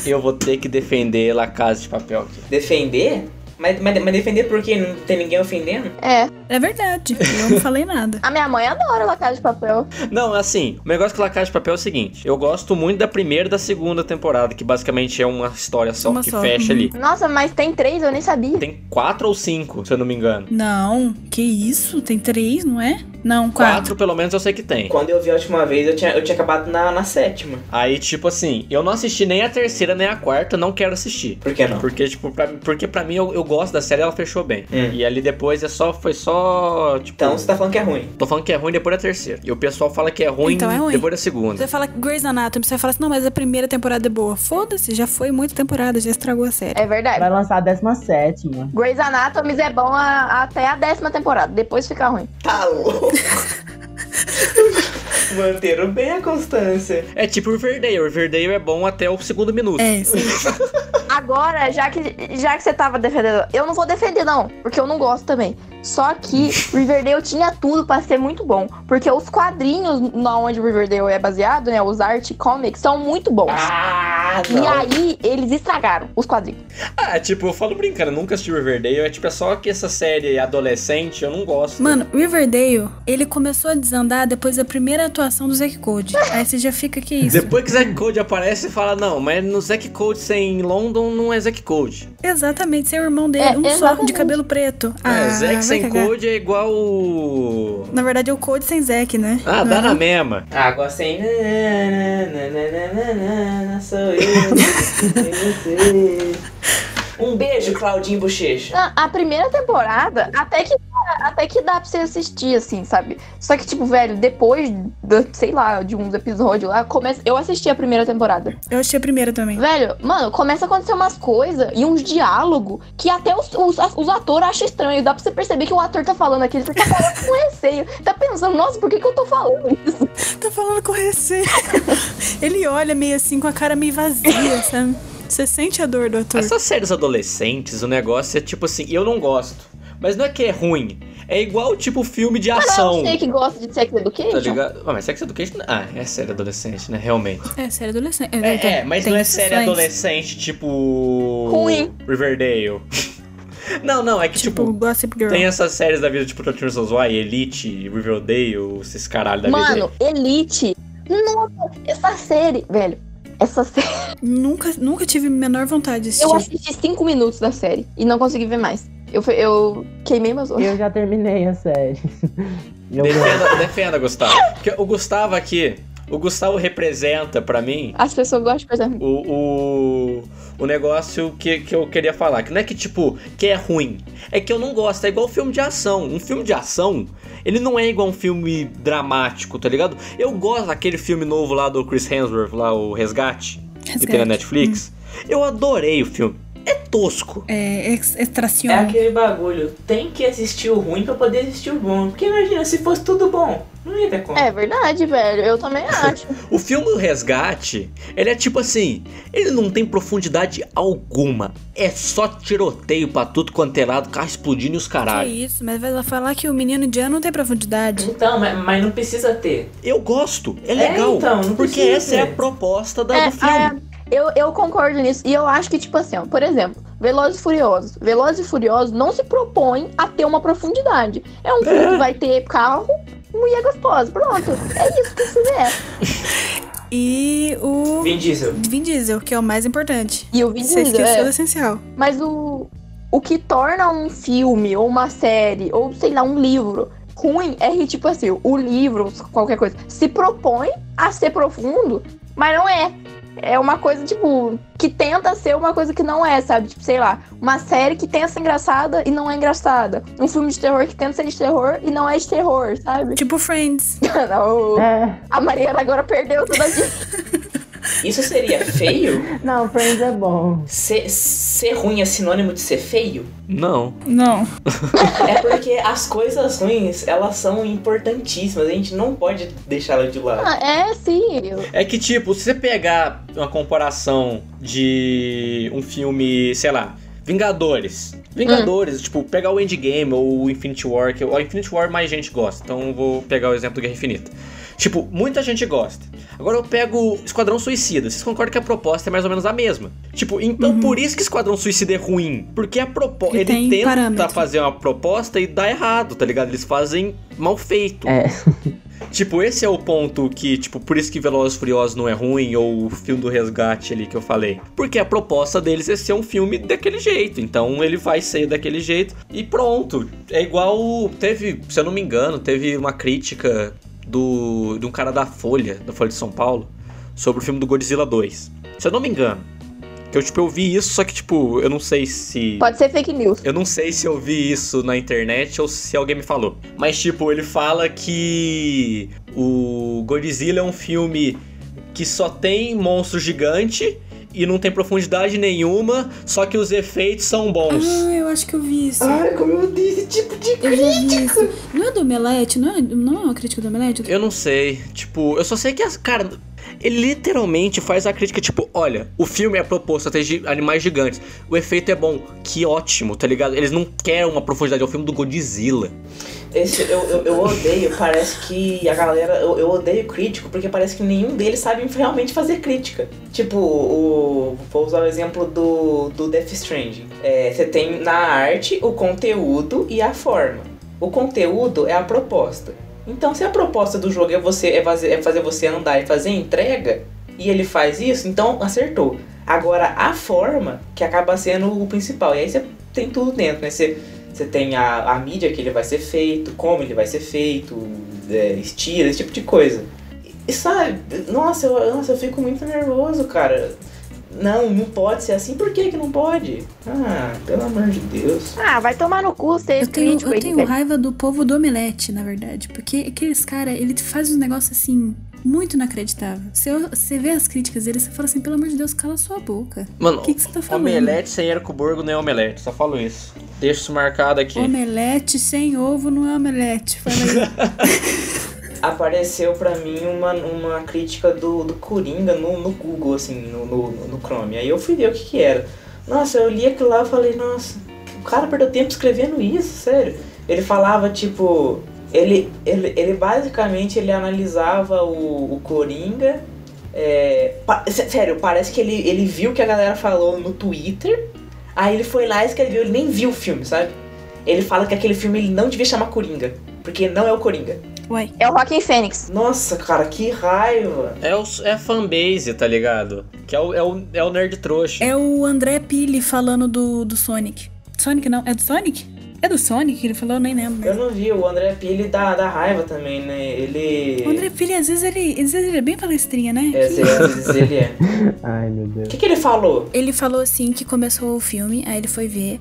Speaker 1: Eu vou ter que defender La Casa de Papel.
Speaker 2: Defender? Mas, mas, mas defender por quê? Não tem ninguém ofendendo?
Speaker 4: É.
Speaker 5: É verdade, eu não falei nada.
Speaker 4: A minha mãe adora La Casa de Papel.
Speaker 1: Não, assim, o negócio com La Casa de Papel é o seguinte. Eu gosto muito da primeira e da segunda temporada, que basicamente é uma história só,
Speaker 5: Uma
Speaker 1: que
Speaker 5: só,
Speaker 1: fecha
Speaker 5: uhum.
Speaker 1: ali.
Speaker 4: Nossa, mas tem três, eu nem sabia.
Speaker 1: Tem quatro ou cinco, se eu não me engano.
Speaker 5: Não, que isso? Tem três, não é? Não, quatro.
Speaker 1: Quatro, pelo menos, eu sei que tem.
Speaker 2: Quando eu vi a última vez, eu tinha, eu tinha acabado na, na sétima.
Speaker 1: Aí, tipo assim, eu não assisti nem a terceira nem a quarta, não quero assistir.
Speaker 2: Por que não?
Speaker 1: Porque, tipo, pra, porque pra mim eu, eu gosto da série, ela fechou bem.
Speaker 2: Hum.
Speaker 1: E ali depois é só, foi só, tipo...
Speaker 2: Então você tá falando que é ruim.
Speaker 1: Tô falando que é ruim depois da terceira. E o pessoal fala que é ruim,
Speaker 5: Então é ruim.
Speaker 1: depois da segunda.
Speaker 5: Você fala que Grey's Anatomy, você fala assim, não, mas a primeira temporada é boa. Foda-se, já foi muita temporada, já estragou a série.
Speaker 4: É verdade.
Speaker 3: Vai lançar a 17.
Speaker 4: Grey's Anatomy é bom a- até a décima temporada, depois fica ruim.
Speaker 2: Tá
Speaker 1: [laughs]
Speaker 2: louco. Manteram bem a constância.
Speaker 1: É tipo Riverdale. Riverdale é bom até o segundo minuto.
Speaker 5: É, sim.
Speaker 4: Agora, já que, já que você tava defendendo, eu não vou defender, não, porque eu não gosto também. Só que Riverdale tinha tudo pra ser muito bom. Porque os quadrinhos na onde Riverdale é baseado, né? Os art comics são muito bons.
Speaker 2: Ah,
Speaker 4: E aí, eles estragaram os quadrinhos.
Speaker 1: Ah, tipo, eu falo brincando, eu nunca assisti Riverdale. É tipo, é só que essa série adolescente eu não gosto.
Speaker 5: [laughs] Mano, Riverdale, ele começou a desandar depois da primeira atuação do Zack Code. Aí você já fica, que isso?
Speaker 1: Depois que Zack Code aparece, você fala, não, mas no Zack Code sem London não é Zack Code.
Speaker 5: Exatamente, seu irmão dele,
Speaker 4: É,
Speaker 5: um só,
Speaker 4: exatamente.
Speaker 5: de cabelo preto.
Speaker 1: é,
Speaker 5: Ah, vai
Speaker 1: Zack sem
Speaker 5: cagar.
Speaker 1: Code é igual. o-
Speaker 5: Na verdade é o Code sem Zack, né?
Speaker 1: Ah,
Speaker 5: Não
Speaker 1: dá
Speaker 5: é?
Speaker 1: na mesma.
Speaker 2: Água sem. na,
Speaker 1: [laughs]
Speaker 2: na, na, na, na, na, na, na, Sou eu. eu sei. Um beijo, Claudinho Bochecha.
Speaker 4: Ah, A- A primeira temporada, até que, até que dá pra você assistir, assim, sabe? Só que, tipo, velho, depois, do, sei lá, de uns episódios lá, começa... eu assisti a primeira temporada.
Speaker 5: Eu achei a primeira também.
Speaker 4: Velho, mano, começa a acontecer umas coisas e uns diálogos que até os, os, os atores acham estranho. Dá pra você perceber que o ator tá falando aquilo, ele tá falando com receio. Tá pensando, nossa, por que, que eu tô falando isso?
Speaker 5: Tá falando com receio. [laughs] Ele olha meio assim, com a cara meio vazia, sabe? Você sente a dor do ator.
Speaker 1: Essas séries adolescentes, o negócio é tipo assim, eu não gosto. Mas não é que é ruim. É igual tipo filme de ação.
Speaker 4: Eu Ah, sei é que é. gosta de sex
Speaker 1: Tá
Speaker 4: education.
Speaker 1: ligado? Ah, mas Sex Education. Ah, é série adolescente, né? Realmente.
Speaker 5: É, série adolescente.
Speaker 1: É, é, mas
Speaker 5: tem
Speaker 1: não é
Speaker 5: exceções.
Speaker 1: série adolescente tipo.
Speaker 4: Ruim.
Speaker 1: Riverdale. [laughs] não, não, é que tipo.
Speaker 5: Tipo, Gossip Girl.
Speaker 1: tem essas séries da vida, tipo Teen Titans Why, Elite, Riverdale, esses caralho da vida.
Speaker 4: Mano, Elite. Nossa, essa série, velho. Essa série.
Speaker 5: Nunca, nunca tive a menor vontade de assistir.
Speaker 4: Eu assisti cinco minutos da série e não consegui ver mais. Eu, fui- eu queimei meus olhos.
Speaker 3: Eu já terminei a série. Eu
Speaker 1: Defenda, defenda, Gustavo. Porque o Gustavo aqui, o Gustavo representa pra mim
Speaker 4: As pessoas gostam de coisa ruim.
Speaker 1: o, o, o negócio que, que eu queria falar. Que não é que, tipo, que é ruim. É que eu não gosto. É igual filme de ação. Um filme de ação, ele não é igual um filme dramático, tá ligado? Eu gosto daquele filme novo lá do Chris Hemsworth, lá, o Resgate, que tem na
Speaker 5: Resgate. Hum.
Speaker 1: Netflix. Eu adorei o filme. É tosco.
Speaker 5: É, ex- extracion.
Speaker 2: É aquele bagulho, tem que assistir o ruim pra poder assistir o bom. Porque imagina, se fosse tudo bom, não ia ter como.
Speaker 4: É verdade, velho. Eu [laughs] também acho.
Speaker 1: O filme O Resgate, ele é tipo assim, ele não tem profundidade alguma. É só tiroteio pra tudo quanto é lado, carro explodindo e os
Speaker 5: Que
Speaker 1: caralho.
Speaker 5: isso, mas vai lá falar que o menino Jean não tem profundidade.
Speaker 2: Então, mas, mas não precisa ter.
Speaker 1: Eu gosto, é
Speaker 2: É,
Speaker 1: legal.
Speaker 2: então, não
Speaker 1: porque
Speaker 2: precisa.
Speaker 1: essa é a proposta da,
Speaker 4: É,
Speaker 1: do filme.
Speaker 4: é, eu, eu concordo nisso. E eu acho que, tipo assim, ó, por exemplo, Velozes e Furiosos. Velozes e Furiosos não se propõe a ter uma profundidade. É um filme [laughs] que vai ter carro, mulher gostosa. Pronto. É isso que você vê.
Speaker 5: E o
Speaker 2: Vin Diesel.
Speaker 5: Vin Diesel, que é o mais importante.
Speaker 4: E o Vin
Speaker 5: Você
Speaker 4: Diesel,
Speaker 5: esqueceu
Speaker 4: é.
Speaker 5: do essencial.
Speaker 4: Mas o, o que torna um filme, ou uma série, ou sei lá, um livro ruim é que, tipo assim, o livro, qualquer coisa, se propõe a ser profundo, mas não é. É uma coisa, tipo, que tenta ser uma coisa que não é, sabe? Tipo, sei lá, uma série que tenta ser engraçada e não é engraçada. Um filme de terror que tenta ser de terror e não é de terror, sabe? [laughs]
Speaker 5: Tipo Friends.
Speaker 4: Não,
Speaker 3: É,
Speaker 4: a Mariana agora perdeu tudo aqui.
Speaker 2: Isso seria feio?
Speaker 3: não, Friends é bom.
Speaker 2: Ser, ser ruim é sinônimo de ser feio?
Speaker 1: Não.
Speaker 5: Não.
Speaker 2: É porque as coisas ruins, elas são importantíssimas. A gente não pode deixá-las de lado.
Speaker 4: Ah, [laughs] é, sim.
Speaker 1: É que, tipo, se você pegar uma comparação de um filme, sei lá, Vingadores.
Speaker 4: Hum.
Speaker 1: Vingadores, tipo, pegar o Endgame ou o Infinity War, que o Infinity War mais gente gosta, então eu vou pegar o exemplo do Guerra Infinita. Tipo, muita gente gosta. Agora eu pego Esquadrão Suicida. Vocês concordam que a proposta é mais ou menos a mesma? Tipo, então por isso que Esquadrão Suicida é ruim. Porque a proposta.
Speaker 5: Uhum. Porque
Speaker 1: Ele
Speaker 5: tem
Speaker 1: tenta
Speaker 5: parâmetro.
Speaker 1: fazer uma proposta e dá errado, tá ligado? Eles fazem mal feito.
Speaker 3: É.
Speaker 1: Tipo, esse é o ponto que, tipo, por isso que Velozes e Furiosos não é ruim, ou o filme do resgate ali que eu falei. Porque a proposta deles é ser um filme daquele jeito, então ele vai ser daquele jeito e pronto. É igual, teve, se eu não me engano, teve uma crítica do, de um cara da Folha, da Folha de São Paulo, sobre o filme do Godzilla 2. Se eu não me engano. Que eu, tipo, eu vi isso, só que, tipo, eu não sei se...
Speaker 4: Pode ser fake news.
Speaker 1: Eu não sei se eu vi isso na internet ou se alguém me falou. Mas, tipo, ele fala que o Godzilla é um filme que só tem monstro gigante e não tem profundidade nenhuma, só que os efeitos são bons.
Speaker 5: Ah, eu acho que eu vi isso.
Speaker 2: como eu disse, esse tipo de
Speaker 5: Eu já vi isso. Não é do Omelete? Não é, não é uma crítica do Omelete?
Speaker 1: Eu não sei, tipo, eu só sei que as cara, ele literalmente faz a crítica tipo, olha, o filme é proposto a ter gi- animais gigantes, o efeito é bom, que ótimo, tá ligado? Eles não querem uma profundidade, é o filme do Godzilla.
Speaker 2: Esse, eu, eu, eu odeio, parece que a galera. Eu, eu odeio crítico, porque parece que nenhum deles sabe realmente fazer crítica. Tipo, o, vou usar o exemplo do, do Death Stranding. É, você tem na arte o conteúdo e a forma. O conteúdo é a proposta. Então, se a proposta do jogo é você é fazer, é fazer você andar e fazer entrega, e ele faz isso, então acertou. Agora, a forma que acaba sendo o principal. E aí você tem tudo dentro, né? Você você tem a, a mídia que ele vai ser feito, como ele vai ser feito, é, estilo, esse tipo de coisa. E, sabe, nossa eu, nossa, eu fico muito nervoso, cara. Não, não pode ser assim. Por que que não pode? Ah, pelo amor de Deus.
Speaker 4: Ah, vai tomar no cu ser
Speaker 5: Eu tenho,
Speaker 4: crítico
Speaker 5: eu
Speaker 4: aí,
Speaker 5: tenho
Speaker 4: velho.
Speaker 5: raiva do povo do omelete, na verdade. Porque aqueles cara, ele faz uns negócios assim, muito inacreditável. Você, você vê as críticas dele, você fala assim, pelo amor de Deus, cala sua boca.
Speaker 1: Mano,
Speaker 5: O que, que você tá falando?
Speaker 1: omelete sem ercoburgo nem omelete. Só falo isso. Deixa isso marcado aqui.
Speaker 5: Omelete sem ovo não é omelete. Fala
Speaker 2: [laughs]
Speaker 5: aí.
Speaker 2: Apareceu pra mim uma, uma crítica do, do Coringa no, no Google, assim, no, no, no Chrome. Aí eu fui ver o que que era. Nossa, eu li aquilo lá e falei, nossa, o cara perdeu tempo escrevendo isso, sério. Ele falava, tipo... Ele, ele, ele basicamente, ele analisava o, o Coringa... é, pa- sé- sério, parece que ele, ele viu o que a galera falou no Twitter. Aí ele foi lá e escreveu, ele nem viu o filme, sabe? Ele fala que aquele filme ele não devia chamar Coringa, porque não é o Coringa.
Speaker 5: Ué,
Speaker 4: É o Rockin' Fênix.
Speaker 2: Nossa, cara, que raiva!
Speaker 1: É, o, é fanbase, tá ligado? Que é o, é o, é o nerd trouxa.
Speaker 5: é o André Pili falando do, do Sonic. Sonic não, é do Sonic? É do Sonic que ele falou, eu nem lembro. né?
Speaker 2: Eu
Speaker 5: Mas...
Speaker 2: não vi, o André Pili dá, dá raiva também, né? Ele.
Speaker 5: O André Pili, às vezes, ele, às vezes ele é bem palestrinha, né?
Speaker 2: É, sei, às vezes ele
Speaker 5: [laughs]
Speaker 2: é.
Speaker 3: Ai, meu Deus.
Speaker 2: O que, que ele falou?
Speaker 5: Ele falou assim que começou o filme, aí ele foi ver.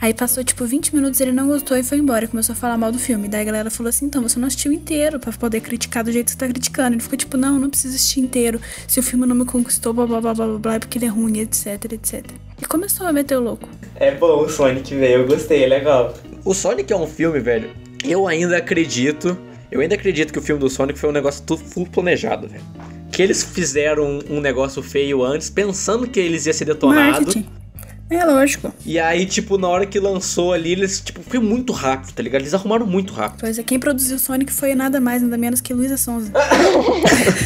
Speaker 5: Aí passou tipo 20 minutos, ele não gostou e foi embora. Começou a falar mal do filme. Daí a galera falou assim: então, você não assistiu inteiro pra poder criticar do jeito que você tá criticando. Ele ficou tipo: não, não preciso assistir inteiro. Se o filme não me conquistou, blá blá blá blá blá, blá, é porque ele é ruim, etc, etc. E começou a meter o louco.
Speaker 2: É bom o Sonic, velho, eu gostei, é legal.
Speaker 1: O Sonic é um filme, velho. Eu ainda acredito. Eu ainda acredito que o filme do Sonic foi um negócio tudo full planejado, velho. Que eles fizeram um, um negócio feio antes, pensando que eles iam ser detonados.
Speaker 5: Marketing. É lógico.
Speaker 1: E aí, tipo, na hora que lançou ali, eles, tipo, foi muito rápido, tá ligado? Eles arrumaram muito rápido.
Speaker 5: Pois é, quem produziu Sonic foi nada mais, nada menos que Luísa Sonza.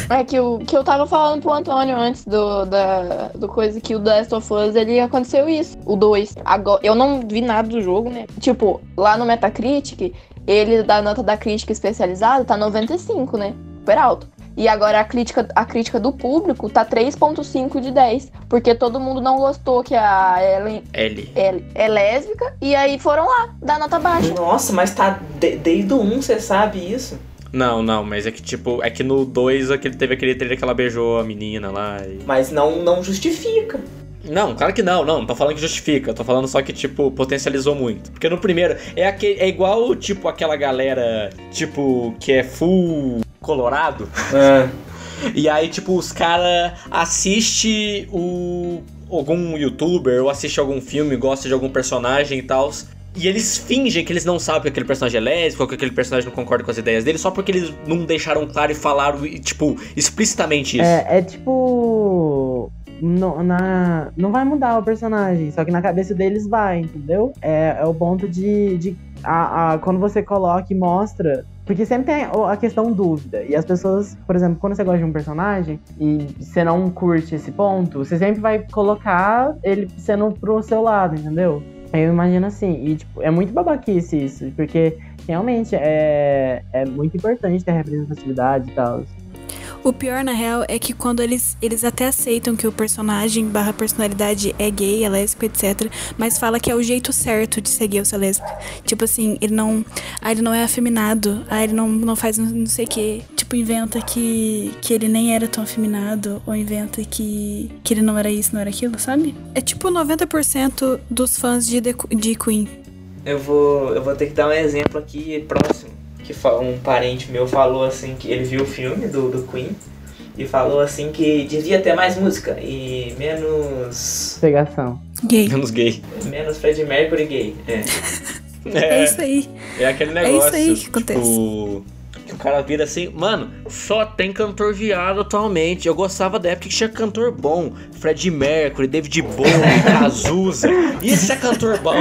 Speaker 4: É que, o, que eu tava falando pro Antônio antes do, da, do coisa que o The Last of Us, ele aconteceu isso. O 2. Agora, eu não vi nada do jogo, né? Tipo, lá no Metacritic, ele da nota da crítica especializada tá 95, né? Super alto. E agora a crítica, a crítica do público tá 3.5 de 10. Porque todo mundo não gostou que a Ellen
Speaker 1: L.
Speaker 4: é, é lésbica. E aí foram lá, dar nota baixa.
Speaker 2: Nossa, mas tá de- desde o 1, você sabe isso?
Speaker 1: Não, não, mas é que, tipo, é que no 2 aquele, teve aquele trailer que ela beijou a menina lá. e-
Speaker 2: Mas não, não justifica.
Speaker 1: Não, claro que não, não. Não tô falando que justifica. Tô falando só que, tipo, potencializou muito. Porque no primeiro, é, aquele, é igual, tipo, aquela galera, tipo, que é full colorado.
Speaker 2: Ah,
Speaker 1: E aí, tipo, os cara assiste o. algum youtuber ou assiste algum filme, gosta de algum personagem e tal. E eles fingem que eles não sabem que aquele personagem é lésbico, que aquele personagem não concorda com as ideias dele, só porque eles não deixaram claro e falaram, e, tipo, explicitamente isso.
Speaker 3: É, é tipo. Não, na, não vai mudar o personagem, só que na cabeça deles vai, entendeu? É, é o ponto de. de a, a- quando você coloca e mostra. Porque sempre tem o- a questão dúvida. E as pessoas, por exemplo, quando você gosta de um personagem e você não curte esse ponto, você sempre vai colocar ele sendo pro seu lado, entendeu? Eu imagino assim. E tipo, é muito babaquice isso, porque realmente é, é muito importante ter representatividade e tal.
Speaker 5: O pior, na real, é que quando eles, eles até aceitam que o personagem barra personalidade é gay, é lésbico, etc. Mas fala que é o jeito certo de ser gay ou ser lésbica. Tipo assim, ele não. Ah, ele não é afeminado. Ah, ele não, não faz não- não sei o quê. Tipo, inventa que, que ele nem era tão afeminado. Ou inventa que, que ele não era isso, não era aquilo, sabe? É tipo 90% dos fãs de, The Qu- de Queen.
Speaker 2: Eu vou, eu vou ter que dar um exemplo aqui próximo. Que fa- um parente meu falou assim que ele viu o filme do, do Queen e falou assim que devia ter mais música e menos.
Speaker 3: Pegação.
Speaker 5: Gay.
Speaker 1: Menos gay.
Speaker 2: menos Fred Mercury gay. É.
Speaker 5: É isso aí.
Speaker 1: É aquele
Speaker 5: É
Speaker 1: negócio.
Speaker 5: isso aí que acontece.
Speaker 1: Tipo, que o cara vira assim, mano, só tem cantor viado atualmente. Eu gostava da época que tinha cantor bom. Fred Mercury, David [laughs] Bowie, Cazuza. Isso é cantor bom.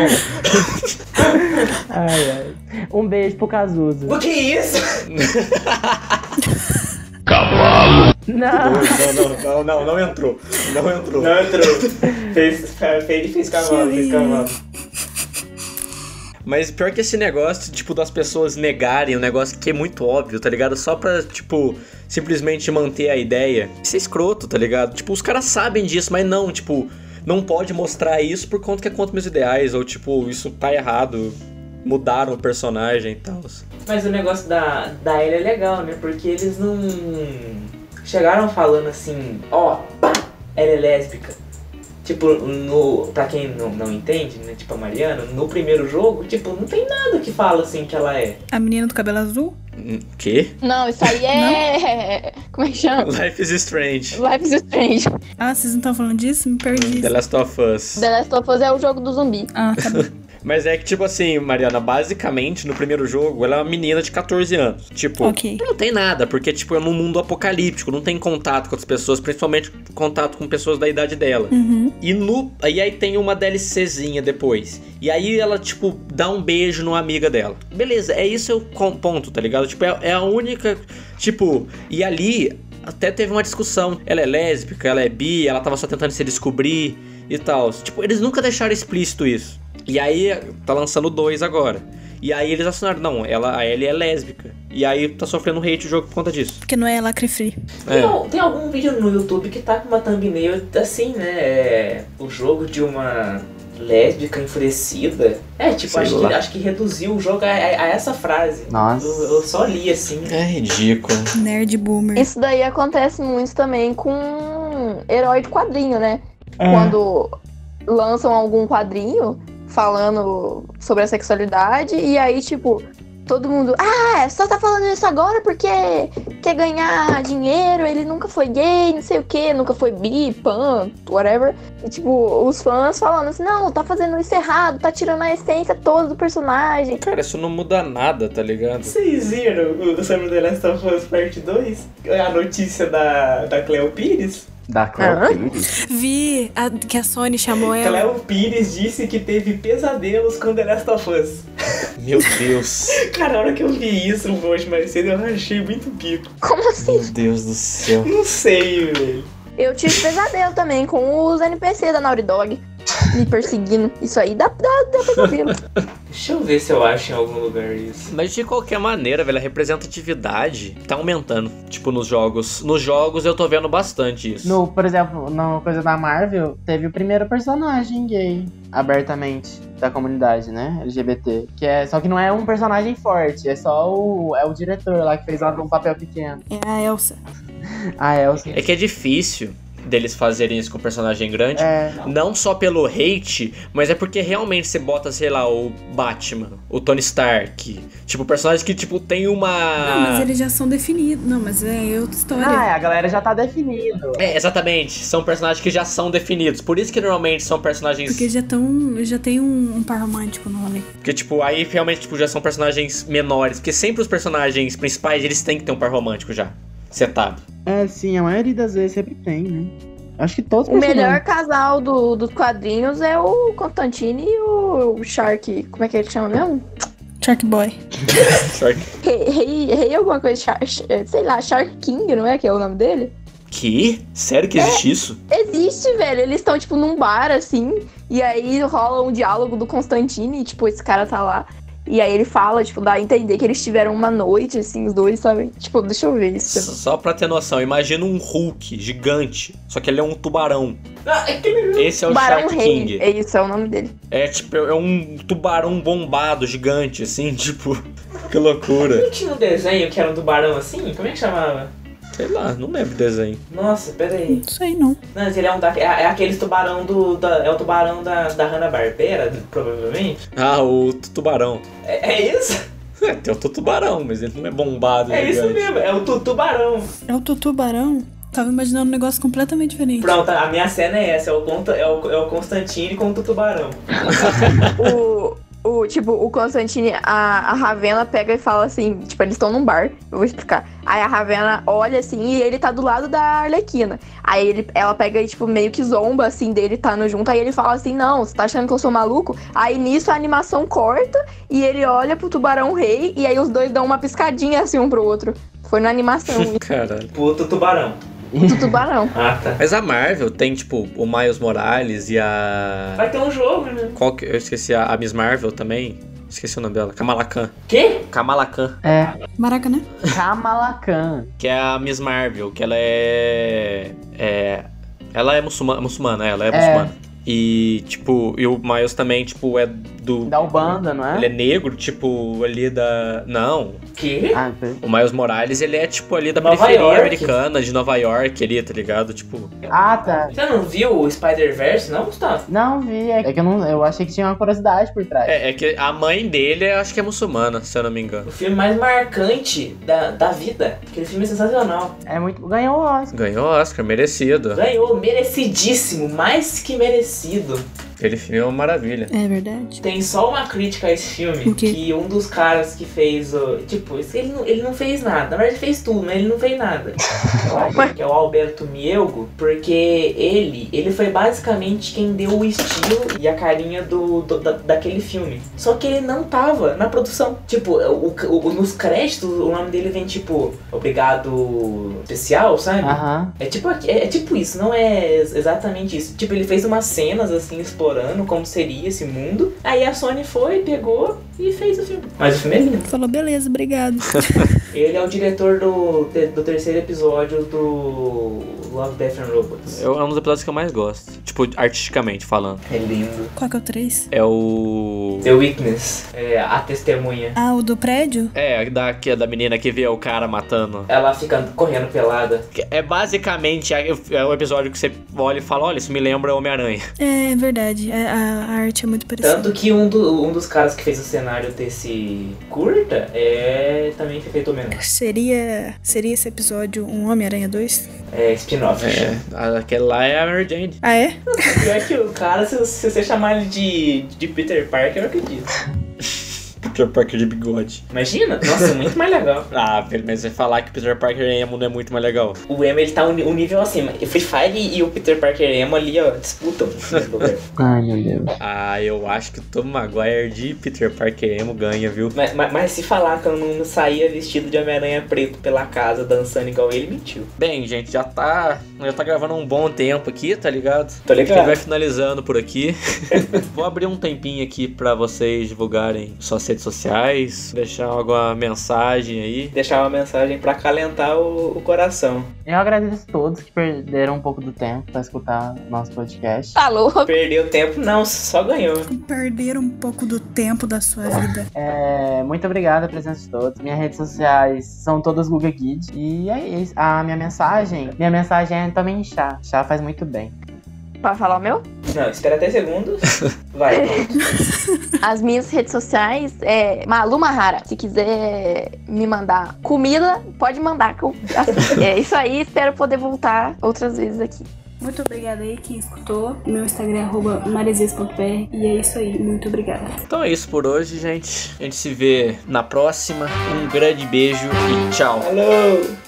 Speaker 3: Ai, ai. Um beijo pro Cazuza.
Speaker 2: O que é isso?
Speaker 3: Não!
Speaker 1: Não, não, não, não entrou. Não entrou.
Speaker 2: [laughs] Não entrou. fez, fez, fez cavalo, fez cavalo.
Speaker 1: Mas pior que esse negócio, tipo, das pessoas negarem um negócio que é muito óbvio, tá ligado? Só pra, tipo, simplesmente manter a ideia. Isso é escroto, tá ligado? Tipo, os caras sabem disso, mas não, tipo, não pode mostrar isso por conta que é contra meus ideais, ou tipo, isso tá errado, mudaram o personagem e tal.
Speaker 2: Mas o negócio da, da Ellie é legal, né? Porque eles não. Chegaram falando assim, ó, pá, ela é lésbica. Tipo, no, pra quem não, não entende, né? Tipo, a Mariana, no primeiro jogo, tipo, não tem nada que fala assim que ela é.
Speaker 5: A menina do cabelo azul?
Speaker 1: Hum, Quê?
Speaker 4: Não, isso aí é. [laughs] Como é que chama?
Speaker 1: Life is Strange.
Speaker 4: Life is Strange.
Speaker 5: Ah, vocês não estão falando disso? Me perdi.
Speaker 1: The Last of Us.
Speaker 4: The Last of Us é o jogo do zumbi.
Speaker 5: Ah, tá bom.
Speaker 1: Mas é que, tipo assim, Mariana, basicamente, no primeiro jogo, ela é uma menina de 14 anos. Tipo,
Speaker 5: Ok.
Speaker 1: não tem nada, porque, tipo, é num mundo apocalíptico, não tem contato com as pessoas, principalmente contato com pessoas da idade dela.
Speaker 5: Uhum.
Speaker 1: E no. E aí tem uma DLCzinha depois. E aí ela, tipo, dá um beijo numa amiga dela. Beleza, é isso o con- ponto, tá ligado? Tipo, é, é a única. Tipo, e ali até teve uma discussão. Ela é lésbica, ela é bi, ela tava só tentando se descobrir e tal. Tipo, eles nunca deixaram explícito isso. E aí, tá lançando dois agora. E aí eles assinaram, não, ela, a Ellie é lésbica. E aí tá sofrendo hate o jogo por conta disso.
Speaker 5: Porque não é lacre free.
Speaker 2: Tem,
Speaker 1: É.
Speaker 2: al- tem algum vídeo no YouTube que tá com uma thumbnail assim, né? É, o jogo de uma lésbica enfurecida. É, tipo,
Speaker 1: Sei
Speaker 2: acho que,
Speaker 1: lá.
Speaker 2: acho que reduziu o jogo a, a- a essa frase.
Speaker 3: Nossa.
Speaker 2: Eu, eu só li assim.
Speaker 1: É ridículo.
Speaker 5: Nerd boomer.
Speaker 4: Isso daí acontece muito também com herói de quadrinho, né? Quando lançam algum quadrinho falando sobre a sexualidade, e aí, tipo, todo mundo, ah, só tá falando isso agora porque quer ganhar dinheiro, ele nunca foi gay, não sei o que, nunca foi bi, pan, whatever. E, tipo, os fãs falando assim, não, tá fazendo isso errado, tá tirando a essência toda do personagem.
Speaker 1: Cara, isso não muda nada, tá ligado?
Speaker 2: Vocês viram o sobre The Last of Us Part 2? A notícia da, da Cleo Pires?
Speaker 3: Da Cleo
Speaker 4: Ah.
Speaker 3: Pires?
Speaker 5: Vi a- que a Sony chamou ela.
Speaker 2: Cleo Pires disse que teve pesadelos com The Last of Us.
Speaker 1: Meu Deus.
Speaker 2: Cara, a hora que eu vi isso hoje mais cedo, eu rachei muito bico.
Speaker 4: Como assim?
Speaker 1: Meu Deus do céu.
Speaker 2: Não sei, velho.
Speaker 4: Eu tive pesadelo também com os NPC da Naughty Dog me perseguindo. Isso aí dá, dá, dá pesadelo.
Speaker 2: Deixa eu ver se eu acho em algum lugar isso.
Speaker 1: Mas de qualquer maneira, velho, a representatividade tá aumentando. Tipo, nos jogos. Nos jogos eu tô vendo bastante isso.
Speaker 3: No, por exemplo, na coisa da Marvel, teve o primeiro personagem gay, abertamente, da comunidade, né? LGBT. Que é, só que não é um personagem forte, é só o, é o diretor lá que fez um papel pequeno.
Speaker 5: É a Elsa.
Speaker 3: A Elsa.
Speaker 1: É que é difícil deles fazerem isso com um personagem grande.
Speaker 3: É,
Speaker 4: Ah,
Speaker 1: Não só pelo hate, mas é porque realmente você bota, sei lá, o Batman, o Tony Stark. Tipo, personagens que, tipo, tem
Speaker 5: Não, mas
Speaker 1: uma.
Speaker 5: eles já são definidos. Não, mas é outra história.
Speaker 3: ah, é, a galera já tá definido.
Speaker 1: É, exatamente. São personagens que já são definidos. Por isso que normalmente são personagens.
Speaker 5: Porque já, tão, já tem um, um par romântico no rolê.
Speaker 1: Porque, tipo, aí realmente tipo, já são personagens menores. Porque sempre os personagens principais, eles têm que ter um par romântico já. Setado.
Speaker 3: É, sim, a maioria das vezes sempre tem, né? Acho que todos
Speaker 4: O melhor casal do, dos quadrinhos é o Constantine e o, o Shark. Como é que ele chama mesmo?
Speaker 5: Shark Boy.
Speaker 1: Shark
Speaker 4: Rei, rei, rei alguma coisa, Shark, eh, sei lá, Shark King, não é que é o nome dele?
Speaker 1: Que? Sério que existe isso?
Speaker 4: Existe, velho. Eles estão, tipo, num bar, assim, e aí rola um diálogo do Constantine, e, tipo, esse cara tá lá. E aí ele fala, tipo, dá a entender que eles tiveram uma noite, assim, os dois, sabe? Tipo, deixa eu
Speaker 2: É.
Speaker 4: ver isso.
Speaker 1: Só pra ter noção, imagina um Hulk gigante, só que ele é um tubarão.
Speaker 2: Ah, aquele...
Speaker 1: Esse é o
Speaker 4: Barão
Speaker 1: Shark
Speaker 4: Rei,
Speaker 1: King.
Speaker 4: é isso, é o nome dele.
Speaker 1: É tipo, é um tubarão bombado gigante, assim, [laughs] tipo. Que loucura.
Speaker 2: Não tinha um desenho que era um tubarão assim? Como é que chamava?
Speaker 1: Sei lá, não lembro o desenho.
Speaker 2: Nossa, pera aí.
Speaker 5: Não sei, não.
Speaker 2: Não, mas ele é um da... É, é aqueles tubarão do... da- É o tubarão da, da Hanna-Barbera, provavelmente.
Speaker 1: Ah, o tu- tubarão. [laughs]
Speaker 2: É, é isso?
Speaker 1: É, tem o tu- tubarão, mas ele não é bombado.
Speaker 2: É isso
Speaker 1: gigante.
Speaker 2: mesmo. É o tu- tubarão.
Speaker 5: É o Tutubarão? Tava imaginando um negócio completamente diferente.
Speaker 2: Pronto, a minha cena é essa. É o, Conta- é o, é o Constantine com o tubarão.
Speaker 4: o, o, tipo, o Constantine, a, a Ravena pega e fala assim, tipo, eles estão num bar, eu vou explicar. Aí a Ravena olha assim e ele tá do lado da Arlequina. Aí ele, ela pega e, tipo, meio que zomba assim dele, tá no junto. Aí ele fala assim: Não, você tá achando que eu sou maluco? Aí nisso a animação corta e ele olha pro tubarão rei e aí os dois dão uma piscadinha assim um pro outro. Foi na
Speaker 1: [laughs]
Speaker 4: animação, isso,
Speaker 1: Caralho.
Speaker 2: Puto tubarão.
Speaker 4: do tubarão.
Speaker 2: Ah, tá.
Speaker 1: Mas a Marvel tem, tipo, o Miles Morales e a.
Speaker 2: Vai ter um jogo, né?
Speaker 1: Qual que. Eu esqueci a, a Miss Marvel também. Esqueci o nome dela. Kamala Khan.
Speaker 2: Quê?
Speaker 1: Kamala Khan.
Speaker 3: É,
Speaker 5: Maraca, né?
Speaker 3: Kamala Khan.
Speaker 1: Que é a Miss Marvel, que ela é. É. Ela é muçulmana, muçulmana ela é,
Speaker 3: É.
Speaker 1: muçulmana. E, tipo, e o Miles também, tipo, é do.
Speaker 3: Da Ubanda, não é?
Speaker 1: Ele é negro, tipo, ali da. Não.
Speaker 2: quê?
Speaker 3: Ah, per-
Speaker 1: O Miles Morales, ele é tipo ali da
Speaker 2: Nova
Speaker 1: periferia
Speaker 2: York.
Speaker 1: americana, de Nova York ali, tá ligado? Tipo,
Speaker 3: ah, tá.
Speaker 2: Você não viu o Spider-Verse, não, Gustavo?
Speaker 3: Não vi. É que eu, não, eu achei que tinha uma curiosidade por trás.
Speaker 1: é, é que a mãe dele, eu acho que é muçulmana, se eu não me engano.
Speaker 2: O filme mais marcante da, da vida. Aquele filme é sensacional.
Speaker 3: É muito. Ganhou o Oscar.
Speaker 1: Ganhou Oscar, merecido.
Speaker 2: Ganhou, merecidíssimo, mais que merecido.
Speaker 1: Aquele filme é uma maravilha.
Speaker 5: É verdade.
Speaker 2: Tem só uma crítica a esse filme,
Speaker 5: O quê?
Speaker 2: que um dos caras que fez o. Tipo, esse- ele não, ele não fez nada. Na verdade ele fez tudo, mas ele não fez nada. Eu
Speaker 5: [laughs]
Speaker 2: acho que é o Alberto Mielgo, porque ele, ele foi basicamente quem deu o estilo e a carinha do, do- da- daquele filme. Só que ele não tava na produção. Tipo, o, o- nos créditos o nome dele vem tipo, obrigado especial, sabe?
Speaker 3: Aham.
Speaker 2: É tipo, aqui- é, é tipo isso, não é ex- exatamente isso. Tipo, ele fez umas cenas assim, explorando como seria esse mundo. Aí a Sony foi, pegou e fez o filme. Mas o filme é lindo.
Speaker 5: Falou, beleza, obrigado.
Speaker 2: Ele é o diretor do, te- do terceiro episódio do Love, Death and Robots.
Speaker 1: É um dos episódios que eu mais gosto. Tipo, artisticamente falando.
Speaker 2: É lindo.
Speaker 5: Qual que é o 3?
Speaker 1: É o.
Speaker 2: The Witness, é, a testemunha.
Speaker 5: Ah, o do prédio?
Speaker 1: É, da, que é da menina que vê o cara matando.
Speaker 2: Ela fica correndo pelada.
Speaker 1: É basicamente a- é o episódio que você olha e fala: olha, isso me lembra Homem-Aranha.
Speaker 5: É verdade. É, a, a arte é muito parecida.
Speaker 2: Tanto que um, do- um dos caras que fez o cenário desse curta é também foi feito homenagem.
Speaker 5: Seria, seria esse episódio um Homem-Aranha 2?
Speaker 2: É spin-off.
Speaker 1: É, [laughs] aquele lá é a Mary Jane.
Speaker 5: Ah, é?
Speaker 2: Pior que o cara, se, se você chamar ele de, de Peter Parker, eu acredito.
Speaker 1: Peter Parker de bigode.
Speaker 2: Imagina? Nossa, é muito mais legal.
Speaker 1: Ah, pelo menos você falar que Peter Parker emo não é muito mais legal.
Speaker 2: O Emo, ele tá um, um nível acima. E Free Fire e, e o Peter Parker Emo ali, ó, disputam.
Speaker 3: Ai, meu Deus.
Speaker 1: Ah, eu acho que o Tom Maguire de Peter Parker emo ganha, viu?
Speaker 2: mas, mas, mas se falar que eu não saía vestido de Homem-Aranha preto pela casa dançando igual ele, mentiu.
Speaker 1: Bem, gente, já tá, já tá gravando um bom tempo aqui, tá ligado?
Speaker 2: Tô
Speaker 1: A gente vai
Speaker 2: ligado.
Speaker 1: finalizando por aqui. [laughs] Vou abrir um tempinho aqui pra vocês divulgarem suas redes sociais, deixar alguma mensagem aí.
Speaker 2: Deixar uma mensagem pra acalentar o, o coração.
Speaker 3: Eu agradeço a todos que perderam um pouco do tempo pra escutar nosso podcast.
Speaker 4: Falou.
Speaker 2: Perdeu tempo? Não, só ganhou.
Speaker 5: Perderam um pouco do tempo da sua vida.
Speaker 3: É, muito obrigado a presença de todos. Minhas redes sociais são todas Google Kid. E é isso. A minha mensagem, minha mensagem é também chá. Chá faz muito bem.
Speaker 4: Pra falar o meu?
Speaker 2: Não, espera 10 segundos. Vai.
Speaker 4: As minhas redes sociais é Malu Mahara. Se quiser me mandar comida, pode mandar. que eu [laughs] aceito. é isso aí, espero poder voltar outras vezes aqui.
Speaker 5: Muito obrigada aí quem escutou. Meu Instagram é arroba maresias.br. E é isso aí. Muito obrigada.
Speaker 1: Então é isso por hoje, gente. A gente se vê na próxima. Um grande beijo e tchau.
Speaker 2: Alô!